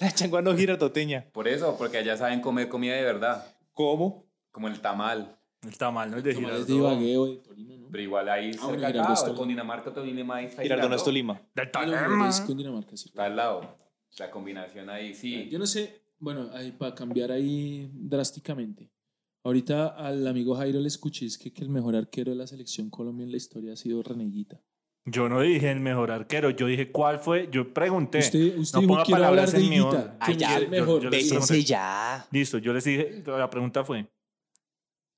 Speaker 2: La changua no gira toteña.
Speaker 4: Por eso, porque allá saben comer comida de verdad,
Speaker 2: ¿Cómo?
Speaker 4: como el tamal.
Speaker 3: El tamal no es de
Speaker 1: Tomales
Speaker 3: Girardot.
Speaker 1: de Ibagué o de Tolima, ¿no?
Speaker 4: Pero igual
Speaker 2: Ah,
Speaker 4: ahí
Speaker 1: bueno,
Speaker 4: cerca
Speaker 1: Girardot es
Speaker 4: acá, o
Speaker 1: Tolima.
Speaker 4: con Dinamarca, Tolima, ahí está
Speaker 2: Girardón es Tolima.
Speaker 3: Del
Speaker 1: Ah, no,
Speaker 3: Tolima.
Speaker 1: es Cundinamarca, sí.
Speaker 4: Está al lado. La combinación ahí, sí.
Speaker 1: Yo no sé, bueno, ahí, para cambiar ahí drásticamente. Ahorita al amigo Jairo le escuché es que, que el mejor arquero de la selección Colombia en la historia ha sido Reneguita.
Speaker 3: Yo no dije el mejor arquero, yo dije cuál fue, yo pregunté.
Speaker 1: Usted, usted
Speaker 3: no
Speaker 1: dijo
Speaker 3: ponga
Speaker 1: quiero hablar
Speaker 3: palabras
Speaker 1: de
Speaker 3: en mi boca.
Speaker 1: Higuita, que
Speaker 2: Ay, ya,
Speaker 1: es el
Speaker 3: yo-
Speaker 1: mejor.
Speaker 3: yo le digo-
Speaker 2: Bésense ya.
Speaker 3: Listo, yo les dije, la pregunta fue,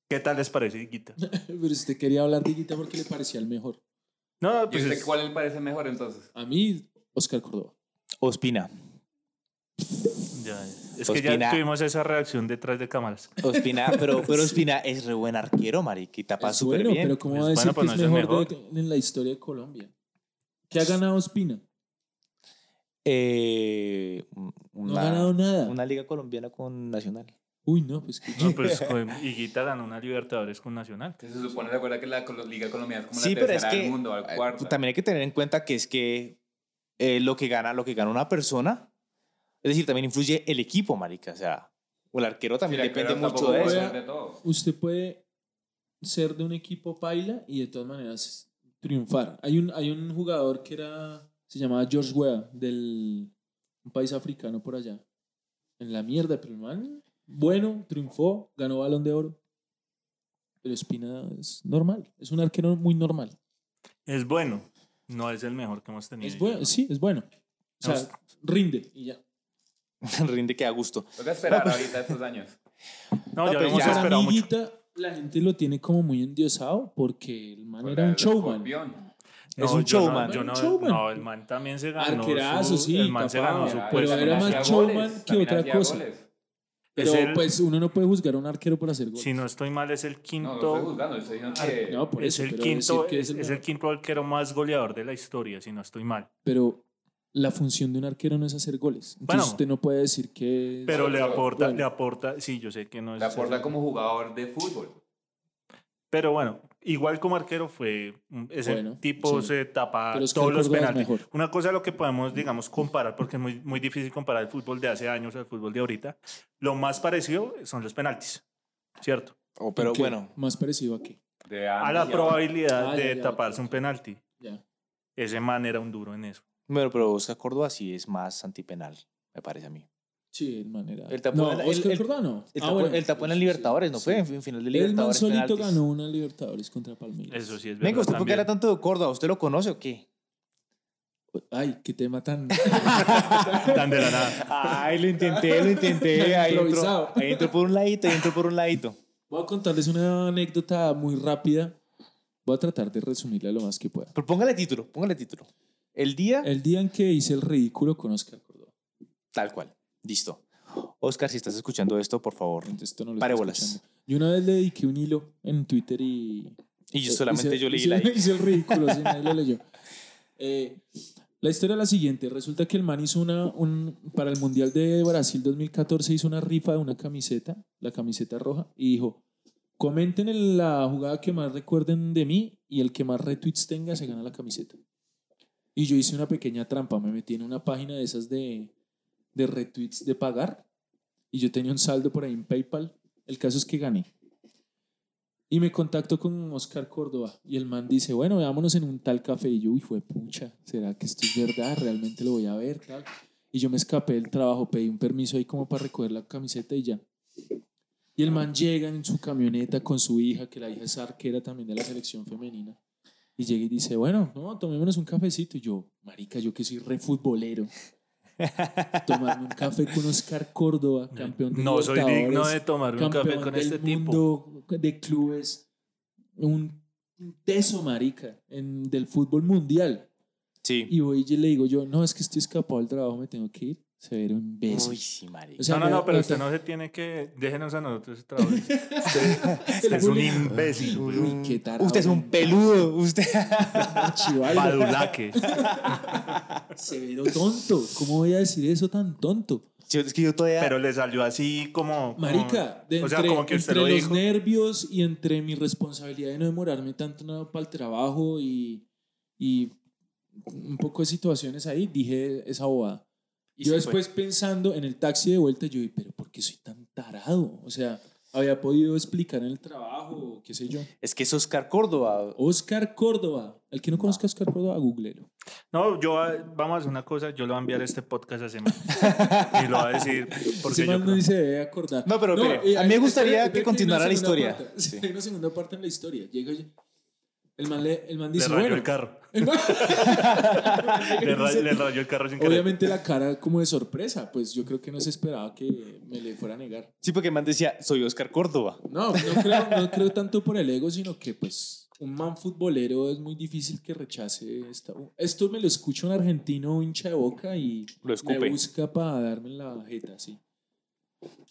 Speaker 3: ¿qué tal les parece, Higuita?
Speaker 1: Pero usted quería hablar de Higuita porque le parecía el mejor.
Speaker 3: No,
Speaker 4: ¿Y
Speaker 3: pues
Speaker 4: usted
Speaker 3: es-
Speaker 4: cuál le parece mejor entonces?
Speaker 1: A mí, Oscar Córdoba.
Speaker 2: Ospina.
Speaker 3: ya, es que
Speaker 2: Ospina.
Speaker 3: ya tuvimos esa reacción detrás de cámaras.
Speaker 2: Ospina, pero, pero Ospina es re buen arquero, marica. Y tapa
Speaker 1: Es
Speaker 2: súper
Speaker 1: bueno,
Speaker 2: bien.
Speaker 1: pero ¿cómo
Speaker 3: Es
Speaker 1: va a decir
Speaker 3: bueno, pero
Speaker 1: que es
Speaker 3: no es el
Speaker 1: mejor, de- en la historia de Colombia? ¿Qué ha ganado Ospina?
Speaker 2: Eh, un-
Speaker 1: No
Speaker 2: una,
Speaker 1: ha ganado nada.
Speaker 2: una liga colombiana con Nacional.
Speaker 1: Uy, no, pues que...
Speaker 3: No, pues con- Higuita ganó una Libertadores con Nacional.
Speaker 4: Que se supone, recuerda que la colo- Liga Colombiana es como
Speaker 2: sí,
Speaker 4: la
Speaker 2: pero
Speaker 4: tercera
Speaker 2: es que
Speaker 4: del mundo, al
Speaker 2: eh,
Speaker 4: cuarto.
Speaker 2: también hay que tener en cuenta que es que eh, lo que gana, lo que gana una persona, es decir, también influye el equipo, marica. O sea, el arquero también depende mucho de
Speaker 1: puede
Speaker 2: eso.
Speaker 1: ser. usted puede ser de un equipo paila y de todas maneras triunfar. Hay un, hay un jugador que era, se llamaba George Weah, del un país africano por allá. En la mierda, pero el man, bueno, triunfó, ganó balón de oro. Pero Espina es normal, es un arquero muy normal.
Speaker 3: Es bueno, no es el mejor que hemos tenido.
Speaker 1: Es bueno, sí, es bueno. O sea, rinde y ya.
Speaker 2: Rinde que a gusto.
Speaker 4: Toca esperar
Speaker 1: pues,
Speaker 4: ahorita estos años.
Speaker 3: No,
Speaker 2: No,
Speaker 3: ya
Speaker 2: pues
Speaker 3: lo hemos
Speaker 2: ya.
Speaker 3: esperado
Speaker 1: Para
Speaker 3: mucho.
Speaker 1: Miguita, la gente lo tiene como muy endiosado porque el man
Speaker 4: Con
Speaker 1: era
Speaker 4: Pues la
Speaker 1: un
Speaker 4: del
Speaker 1: showman.
Speaker 4: escorpión.
Speaker 3: No,
Speaker 2: Es un
Speaker 3: yo no-
Speaker 2: showman.
Speaker 3: yo no-
Speaker 1: Showman.
Speaker 3: no, el man también se ganó.
Speaker 1: Arquerazo,
Speaker 3: su-
Speaker 1: sí,
Speaker 3: El man se
Speaker 4: Ah,
Speaker 1: papá,
Speaker 3: ganó su
Speaker 1: era-
Speaker 3: puesto.
Speaker 1: pero era
Speaker 4: también
Speaker 1: más
Speaker 4: hacía
Speaker 1: showman que
Speaker 4: también
Speaker 1: otra
Speaker 4: hacía
Speaker 1: cosa.
Speaker 4: goles.
Speaker 1: Pero
Speaker 3: Es el-
Speaker 1: pues uno no puede juzgar a un arquero por hacer goles.
Speaker 3: Si no estoy mal, es el
Speaker 4: No, no estoy
Speaker 3: quinto. Ah,
Speaker 4: juzgando, estoy diciendo que...
Speaker 1: No, por
Speaker 3: es
Speaker 1: eso,
Speaker 3: el
Speaker 1: pero
Speaker 3: quinto,
Speaker 1: decir que
Speaker 3: es, es el
Speaker 1: mejor.
Speaker 3: quinto arquero más goleador de la historia, si no estoy mal.
Speaker 1: Pero la función de un arquero no es hacer goles. Entonces
Speaker 3: Bueno.
Speaker 1: usted no puede decir que...
Speaker 3: Pero le
Speaker 4: pero-
Speaker 3: aporta,
Speaker 1: bueno.
Speaker 3: le aporta, pues, sí, yo sé que no es.
Speaker 4: La aporta como jugador de fútbol.
Speaker 3: Pero bueno, igual como arquero fue mm, ese
Speaker 1: Bueno,
Speaker 3: tipo
Speaker 1: sí.
Speaker 3: se tapa
Speaker 1: Pero es que
Speaker 3: todos
Speaker 1: el
Speaker 3: los
Speaker 1: Córdoba es
Speaker 3: penaltis.
Speaker 1: mejor.
Speaker 3: Una cosa es lo que podemos, digamos, comparar, porque es muy, muy difícil comparar el fútbol de hace años al fútbol de ahorita. Lo más parecido son los penaltis, ¿cierto?
Speaker 2: Oh, pero
Speaker 1: ¿Qué?
Speaker 2: bueno,
Speaker 1: Más parecido a qué.
Speaker 4: De
Speaker 3: A
Speaker 4: antes
Speaker 3: la
Speaker 4: y ahora.
Speaker 3: probabilidad
Speaker 1: Ah,
Speaker 3: de
Speaker 1: ya, ya,
Speaker 3: taparse
Speaker 1: ok.
Speaker 3: un penalti.
Speaker 1: Ya.
Speaker 3: Ese man era un duro en eso.
Speaker 2: bueno, pero Oscar Córdoba sí es más antipenal, me parece a mí.
Speaker 1: Sí, el man era...
Speaker 2: El tapón
Speaker 1: no,
Speaker 2: era- el-
Speaker 1: Oscar
Speaker 2: el-
Speaker 1: Córdoba no.
Speaker 2: El
Speaker 1: Ah,
Speaker 2: tapó,
Speaker 1: bueno.
Speaker 2: el tapó en las
Speaker 1: Sí,
Speaker 2: Libertadores, ¿no
Speaker 1: sí.
Speaker 2: fue? En final de
Speaker 1: El man
Speaker 2: Libertadores.
Speaker 1: solito
Speaker 2: penaltis.
Speaker 1: ganó una Libertadores contra Palmeiras.
Speaker 3: Eso sí es verdad.
Speaker 2: Venga, ¿usted por qué
Speaker 3: también.
Speaker 2: habla tanto de Córdoba? ¿Usted lo conoce o qué?
Speaker 1: Ay, qué tema tan...
Speaker 3: Tan de la nada.
Speaker 2: Ay, lo intenté, lo intenté. Ahí entró,
Speaker 1: Improvisado.
Speaker 2: ahí entró por un ladito, ahí entró por un ladito.
Speaker 1: Voy a contarles una anécdota muy rápida. Voy a tratar de resumirla lo más que pueda.
Speaker 2: Pero póngale título, póngale título. El día,
Speaker 1: El día en que hice el ridículo con Oscar Córdoba.
Speaker 2: tal cual. Listo. Oscar, si estás escuchando esto, por favor.
Speaker 1: Entonces, esto no lo
Speaker 2: Pare
Speaker 1: está
Speaker 2: bolas.
Speaker 1: escuchando. Yo una vez le dediqué un hilo en Twitter y
Speaker 2: Y yo
Speaker 1: Eh,
Speaker 2: solamente
Speaker 1: hice-
Speaker 2: yo leí
Speaker 1: hice-
Speaker 2: la I.
Speaker 1: hice el ridículo, sí, nadie lo leyó. Eh, la historia es la siguiente. Resulta que el man hizo una... un- para el Mundial de Brasil 2014 hizo una rifa de una camiseta, la camiseta roja, y dijo, comenten en la jugada que más recuerden de mí y el que más retweets tenga se gana la camiseta. Y yo hice una pequeña trampa. Me metí en una página de esas de, de retweets de pagar y yo tenía un saldo por ahí en PayPal. El caso es que gané. Y me contacto con Oscar Córdoba y el man dice, bueno, veámonos en un tal café. Y yo, uy, fue pucha, ¿será que esto es verdad? ¿Realmente lo voy a ver? Tal. Y yo me escapé del trabajo, pedí un permiso ahí como para recoger la camiseta y ya. Y el man llega en su camioneta con su hija, que la hija es arquera también de la selección femenina. Y llega y dice, bueno, no, tomémonos un cafecito. Y yo, marica, yo que soy re futbolero. Tomarme un café con Oscar Córdoba, campeón de
Speaker 3: No soy digno
Speaker 1: Libertadores
Speaker 3: de tomar un este
Speaker 1: campeón
Speaker 3: café con
Speaker 1: del
Speaker 3: este tipo.
Speaker 1: mundo de clubes, un teso, marica, en, del fútbol mundial.
Speaker 2: Sí.
Speaker 1: Y voy y le digo yo, no, es que estoy escapado del trabajo, me tengo que ir. Se ve un beso.
Speaker 2: Uy, sí, marica.
Speaker 1: O sea,
Speaker 3: no, no,
Speaker 1: me-
Speaker 3: no, pero
Speaker 1: me-
Speaker 3: usted no se tiene que. Déjenos a nosotros ese trabajo. Usted es un imbécil.
Speaker 1: Uy, qué tarado.
Speaker 2: Mm, Usted es un peludo. Usted.
Speaker 1: Chivaldo.
Speaker 3: Badulaque.
Speaker 1: Severo tonto. ¿Cómo voy a decir eso tan tonto?
Speaker 2: Yo- es que yo todavía.
Speaker 3: Pero le salió así como. como-
Speaker 1: Marica, de
Speaker 3: o
Speaker 1: entre,
Speaker 3: sea, como que usted
Speaker 1: entre
Speaker 3: lo
Speaker 1: los
Speaker 3: dijo.
Speaker 1: nervios y entre mi responsabilidad de no demorarme tanto no, para el trabajo y, y un poco de situaciones ahí, dije esa bobada.
Speaker 2: Y
Speaker 1: yo
Speaker 2: se
Speaker 1: después pensando en el taxi de vuelta, yo dije, pero ¿por qué soy tan tarado? O sea, había podido explicar en el trabajo, o qué sé yo.
Speaker 2: Es que es Oscar Córdoba.
Speaker 1: Oscar Córdoba. El que no conozca a Oscar Córdoba, googlelo.
Speaker 3: No, yo ah, vamos a hacer una cosa, yo lo voy a enviar este podcast a Semana. y lo va a decir porque
Speaker 1: Ese
Speaker 3: yo
Speaker 1: man
Speaker 3: creo.
Speaker 1: no se debe acordar.
Speaker 2: No, pero espere,
Speaker 1: eh,
Speaker 2: a mí me
Speaker 1: hay-
Speaker 2: gustaría
Speaker 1: espere,
Speaker 2: que
Speaker 1: espere
Speaker 2: continuara
Speaker 1: hay una
Speaker 2: la
Speaker 1: segunda
Speaker 2: historia.
Speaker 1: parte. Sí,
Speaker 2: Sí.
Speaker 1: Hay una segunda parte en la historia. Llega y- el man, le- el man
Speaker 3: le
Speaker 1: dice,
Speaker 3: rayó
Speaker 1: bueno.
Speaker 3: el carro.
Speaker 1: el man-
Speaker 3: Le, ra-
Speaker 1: dice,
Speaker 3: le rayó el carro sin querer.
Speaker 1: Obviamente la cara como de sorpresa, pues yo creo que no se esperaba que me le fuera a negar.
Speaker 2: Sí, porque el man decía, soy Oscar Córdoba.
Speaker 1: No, no creo, no creo tanto por el ego, sino que pues un man futbolero es muy difícil que rechace esta... Esto me lo escucha un argentino hincha de boca y
Speaker 2: Lo
Speaker 1: me
Speaker 2: escupe.
Speaker 1: busca para darme la jeta, sí.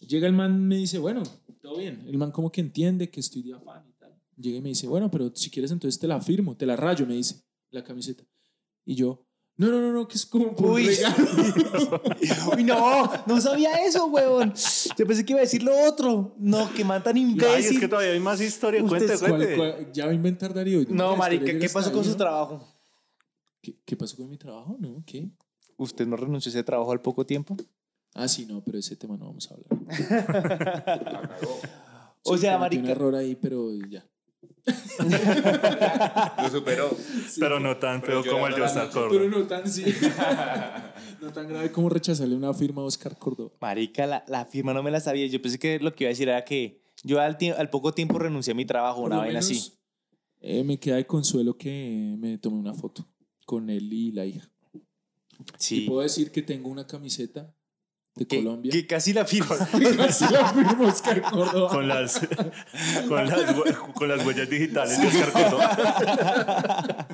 Speaker 1: Llega el man, me dice, bueno, todo bien. El man como que entiende que estoy de afán y tal. Llega y me dice, bueno, pero si quieres entonces te la firmo, te la rayo, me dice, la camiseta. Y yo, no, no, no, no, que es como por un
Speaker 2: Uy.
Speaker 1: regalo.
Speaker 2: Uy, no, no sabía eso, huevón. Yo pensé que iba a decir lo otro. No, que man tan
Speaker 3: Ay, es
Speaker 2: imbécil.
Speaker 3: que todavía hay más historia.
Speaker 2: Usted
Speaker 3: Cuente,
Speaker 2: es-
Speaker 1: ¿Cuál-
Speaker 3: cuente.
Speaker 1: cuál- ya va a inventar Darío.
Speaker 2: No,
Speaker 1: La
Speaker 2: marica,
Speaker 1: historia
Speaker 2: ¿qué
Speaker 1: ya
Speaker 2: pasó
Speaker 1: está
Speaker 2: con
Speaker 1: ahí,
Speaker 2: su
Speaker 1: ¿no?
Speaker 2: trabajo?
Speaker 1: ¿Qué, qué pasó con mi trabajo? No, ¿qué?
Speaker 2: ¿Usted no renunció a ese trabajo al poco tiempo?
Speaker 1: Ah, sí, no, pero ese tema no vamos a hablar.
Speaker 4: La cagó.
Speaker 2: O sea,
Speaker 1: cometí un
Speaker 2: marica.
Speaker 1: error ahí, pero ya.
Speaker 4: Lo superó.
Speaker 3: Pero no tan feo
Speaker 4: Pero yo
Speaker 3: como el
Speaker 4: la
Speaker 3: de
Speaker 4: verdad
Speaker 3: Oscar
Speaker 4: no-
Speaker 1: Pero
Speaker 3: Córdoba.
Speaker 1: no tan, sí. no tan grave como rechazarle una firma a Oscar Córdoba.
Speaker 2: Marica, la, la firma no me la sabía. Yo pensé que lo que iba a decir era que yo al, tie- al poco tiempo renuncié a mi trabajo,
Speaker 1: Por
Speaker 2: una
Speaker 1: lo
Speaker 2: vaina
Speaker 1: menos,
Speaker 2: así.
Speaker 1: eh, me queda de consuelo que me tomé una foto con él y la hija.
Speaker 2: Sí.
Speaker 1: Puedo decir que tengo una camiseta de
Speaker 2: Que,
Speaker 1: Colombia.
Speaker 2: que casi la firma.
Speaker 1: Así la firma Oscar Córdoba.
Speaker 3: Con las, con, las, hue- con las huellas digitales de Oscar Córdoba.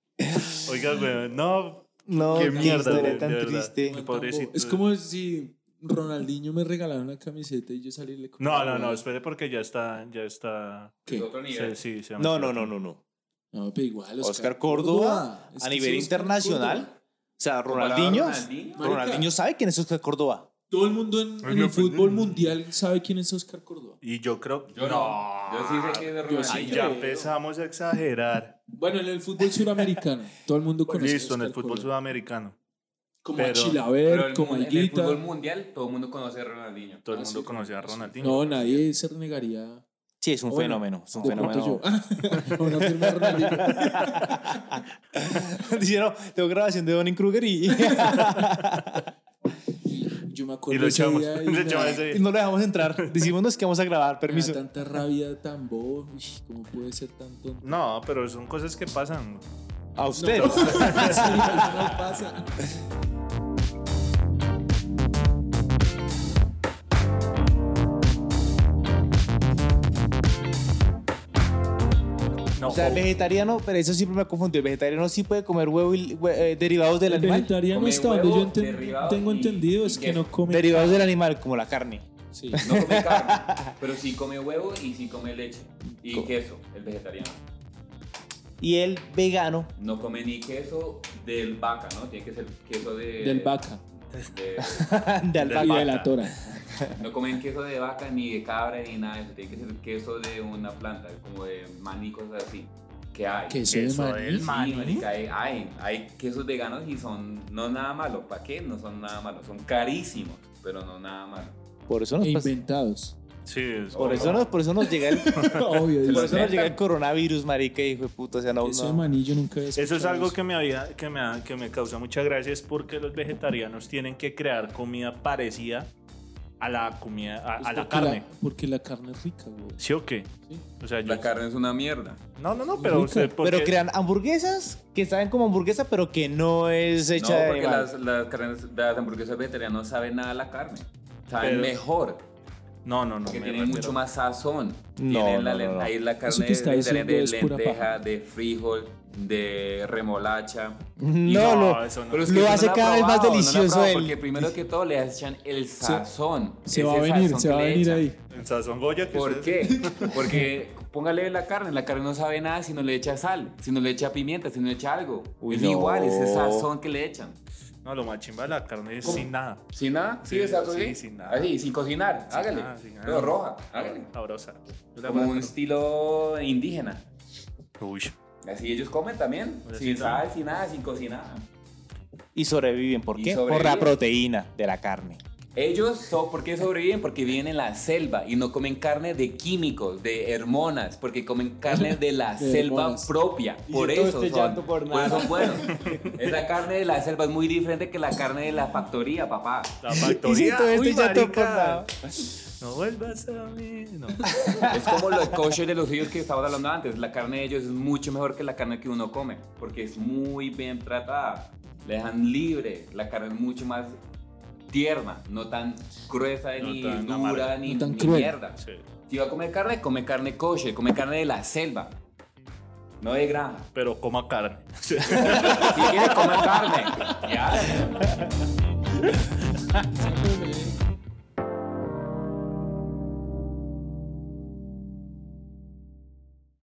Speaker 3: Oiga, güey, no.
Speaker 2: No,
Speaker 3: Qué
Speaker 2: qué
Speaker 3: mierda,
Speaker 2: historia
Speaker 3: de-
Speaker 2: tan
Speaker 3: de verdad.
Speaker 2: triste.
Speaker 1: Man,
Speaker 3: pobrecito.
Speaker 1: tampoco- Es como si Ronaldinho me regalara una camiseta y yo salirle con
Speaker 3: No, no, no, espere porque ya está, ya está.
Speaker 1: ¿Qué?
Speaker 4: Es otro
Speaker 3: se-
Speaker 4: nivel.
Speaker 3: sí, se ha
Speaker 2: No, no,
Speaker 3: metido.
Speaker 2: no, no, no.
Speaker 1: No, pero igual.
Speaker 2: Oscar Córdoba,
Speaker 1: Es
Speaker 2: a
Speaker 1: que
Speaker 2: nivel
Speaker 1: sí, Oscar
Speaker 2: internacional.
Speaker 1: Córdoba.
Speaker 2: O sea,
Speaker 4: Comparado a
Speaker 2: Ronaldinho.
Speaker 4: Ronaldinho.
Speaker 1: Marica.
Speaker 2: Ronaldinho sabe quién es Oscar Córdoba.
Speaker 1: Todo el mundo en,
Speaker 3: Ay,
Speaker 1: en
Speaker 3: me
Speaker 1: el fútbol
Speaker 3: ofendí.
Speaker 1: mundial sabe quién es Oscar Córdoba.
Speaker 3: Y yo creo.
Speaker 4: Yo no. Yo sí sé que es de
Speaker 1: Yo sí
Speaker 3: Ay,
Speaker 4: Ronaldinho.
Speaker 3: ya
Speaker 1: creo.
Speaker 3: empezamos a exagerar.
Speaker 1: Bueno, en el fútbol suramericano. todo el mundo conoce. a
Speaker 3: Listo, en
Speaker 1: Oscar
Speaker 3: el fútbol
Speaker 1: Córdoba.
Speaker 3: sudamericano.
Speaker 1: Como
Speaker 3: pero-
Speaker 1: a
Speaker 4: Pero
Speaker 1: Chilaver,
Speaker 4: el
Speaker 1: como a
Speaker 4: mu- en el
Speaker 1: Higuita.
Speaker 4: fútbol mundial todo el mundo conoce a Ronaldinho.
Speaker 3: Todo
Speaker 1: Ah,
Speaker 3: el mundo
Speaker 1: sí.
Speaker 3: conocía a Ronaldinho.
Speaker 1: No, nadie se renegaría.
Speaker 2: Sí, es un
Speaker 1: Bueno,
Speaker 2: fenómeno. Es un
Speaker 1: De pronto
Speaker 2: fenómeno.
Speaker 1: yo. Una firma de Ronaldinho.
Speaker 2: Dice, no, tengo grabación de Donnie Kruger y,
Speaker 1: Yo me
Speaker 3: y
Speaker 1: acuerdo
Speaker 3: lo
Speaker 1: ese
Speaker 3: echamos.
Speaker 1: día y
Speaker 3: Lo
Speaker 1: me
Speaker 3: echamos
Speaker 1: da-
Speaker 3: ese día.
Speaker 2: y no le dejamos entrar. Decimos, no, es que vamos a grabar,
Speaker 1: me da
Speaker 2: permiso.
Speaker 1: tanta rabia, tan bobo. Uy, ¿Cómo puede ser tan tonto?
Speaker 3: No, pero son cosas que pasan.
Speaker 2: A usted.
Speaker 1: No, no pasa.
Speaker 3: No,
Speaker 2: O sea, el
Speaker 3: o-
Speaker 2: vegetariano, pero eso siempre me ha confundido. El vegetariano sí puede comer huevo y hue- eh, derivados del
Speaker 1: El
Speaker 2: animal.
Speaker 1: vegetariano
Speaker 4: Come
Speaker 1: hasta donde yo
Speaker 4: huevo,
Speaker 1: enten-
Speaker 4: derribado
Speaker 1: tengo
Speaker 4: y-
Speaker 1: entendido es
Speaker 4: y
Speaker 1: que
Speaker 4: queso.
Speaker 1: no come.
Speaker 2: Derivados del animal, como la carne.
Speaker 1: Sí.
Speaker 4: No come carne, pero sí come huevo y sí come leche. Y
Speaker 2: Co-
Speaker 4: queso, el vegetariano.
Speaker 2: Y el vegano.
Speaker 4: No come ni queso del vaca, ¿no? Tiene que ser queso de...
Speaker 1: Del vaca
Speaker 4: de-
Speaker 2: de
Speaker 1: y
Speaker 2: albahaca.
Speaker 1: de la tora.
Speaker 4: no comen queso de vaca, ni de cabra, ni nada de eso. Tiene que ser queso de una planta, como de maní, cosas así. Que hay.
Speaker 1: Queso de
Speaker 3: Queso
Speaker 1: maní.
Speaker 3: del
Speaker 4: Sí,
Speaker 3: maní.
Speaker 4: marica, hay, hay, hay quesos veganos y son no nada malo. ¿Para qué? No son nada malos. Son carísimos, pero no nada malo.
Speaker 2: Por eso
Speaker 1: E
Speaker 2: nos pasa-
Speaker 1: inventados.
Speaker 3: Sí, es-
Speaker 2: Por eso, nos, por eso nos llega el,
Speaker 1: Obvio.
Speaker 2: por
Speaker 1: dice.
Speaker 2: eso nos llega el coronavirus, marica, hijo de puta. O sea, no,
Speaker 1: Eso
Speaker 2: no.
Speaker 1: de maní yo nunca había
Speaker 3: Eso es
Speaker 1: escuchado
Speaker 3: algo
Speaker 1: eso.
Speaker 3: que me, había, que, me, ha- que me causa mucha gracia, es porque los vegetarianos tienen que crear comida parecida a la comida, a,
Speaker 1: Pues
Speaker 3: a la
Speaker 1: porque
Speaker 3: carne.
Speaker 1: porque la carne es rica, güey.
Speaker 3: ¿Sí o qué?
Speaker 1: Sí.
Speaker 3: O sea,
Speaker 4: La
Speaker 3: yo-
Speaker 4: carne es una mierda.
Speaker 3: No, no, no, pero
Speaker 1: Rica.
Speaker 3: usted, ¿por
Speaker 2: Pero
Speaker 3: qué?
Speaker 2: crean hamburguesas que saben como hamburguesa, pero que no es
Speaker 4: No,
Speaker 2: hecha de
Speaker 4: porque
Speaker 2: animal.
Speaker 4: las, las, carnes, las hamburguesas vegetarianas no saben nada de la carne. Saben
Speaker 3: Pero-
Speaker 4: mejor.
Speaker 3: No, no, no.
Speaker 4: que
Speaker 3: me
Speaker 4: tiene
Speaker 3: refiero-
Speaker 4: mucho más sazón.
Speaker 2: No,
Speaker 4: Tienen la
Speaker 2: no,
Speaker 4: len-
Speaker 2: no, no.
Speaker 4: Ahí la carne
Speaker 1: que está
Speaker 4: de,
Speaker 1: diciendo
Speaker 4: de
Speaker 1: es pura
Speaker 4: lenteja,
Speaker 1: paja.
Speaker 4: de frijol, de remolacha.
Speaker 2: No,
Speaker 3: No,
Speaker 2: no.
Speaker 3: eso no.
Speaker 4: Pero
Speaker 2: Lo
Speaker 4: usted
Speaker 2: hace
Speaker 4: la ha
Speaker 2: cada vez más
Speaker 4: probado, no la ha
Speaker 2: delicioso
Speaker 4: probado,
Speaker 2: el-
Speaker 4: Porque primero que todo le echan el sazón.
Speaker 1: Se
Speaker 4: ese
Speaker 1: va a venir,
Speaker 4: sazón
Speaker 1: se
Speaker 4: que
Speaker 1: va a
Speaker 4: le
Speaker 1: venir
Speaker 4: echan.
Speaker 1: ahí.
Speaker 3: El sazón Goya que
Speaker 4: ¿Por
Speaker 3: ustedes-
Speaker 4: qué? Porque póngale la carne, la carne no sabe nada si no le echa sal, si no le echa pimienta, si no le echa algo.
Speaker 2: Uy,
Speaker 4: es
Speaker 2: no.
Speaker 4: igual, ese sazón que le echan.
Speaker 3: No, lo más chimba de la carne es
Speaker 4: ¿Cómo?
Speaker 3: sin nada.
Speaker 4: ¿Sin nada? Sí,
Speaker 3: Sí,
Speaker 4: exacto,
Speaker 3: sí,
Speaker 4: sí.
Speaker 3: sin nada.
Speaker 4: Así, sin cocinar,
Speaker 3: Sin
Speaker 4: hágale.
Speaker 3: nada, sin nada.
Speaker 4: Pero roja, hágale.
Speaker 3: Sabrosa. Yo la
Speaker 4: Como un
Speaker 3: guardo.
Speaker 4: estilo indígena.
Speaker 3: Uy.
Speaker 4: Así ellos comen también,
Speaker 3: Pues
Speaker 4: sin
Speaker 3: así son.
Speaker 4: sal, sin nada, sin cocinar.
Speaker 2: Y sobreviven. ¿Por
Speaker 4: Y
Speaker 2: qué? Por
Speaker 4: sobreviven.
Speaker 2: la proteína de la carne.
Speaker 4: Ellos, so- ¿por qué sobreviven? Porque viven en la selva y no comen carne de químicos, de hormonas, porque comen carne de la
Speaker 1: De
Speaker 4: selva
Speaker 1: hormonas.
Speaker 4: propia.
Speaker 2: Y
Speaker 4: por
Speaker 2: yo todo
Speaker 4: eso
Speaker 2: este
Speaker 4: son,
Speaker 2: llanto por nada.
Speaker 4: eso son buenos. Esa carne de la selva es muy diferente que la carne de la factoría, papá.
Speaker 3: La factoría.
Speaker 2: todo esto
Speaker 3: Uy,
Speaker 2: ya tocó
Speaker 3: marica.
Speaker 2: nada.
Speaker 3: No vuelvas a mí. No.
Speaker 4: Es como los kosher de los suyos que estaba hablando antes. La carne de ellos es mucho mejor que la carne que uno come, porque es muy bien tratada. La dejan libre. La carne es mucho más tierna, no tan gruesa,
Speaker 3: No
Speaker 4: ni
Speaker 3: tan
Speaker 4: dura,
Speaker 3: amarga.
Speaker 4: ni,
Speaker 1: No tan
Speaker 4: ni
Speaker 1: cruel.
Speaker 4: mierda.
Speaker 3: Sí.
Speaker 4: Si va a comer carne, come carne kosher, come carne de la selva. No de granja.
Speaker 3: Pero coma carne.
Speaker 4: Si quieres comer carne, ya.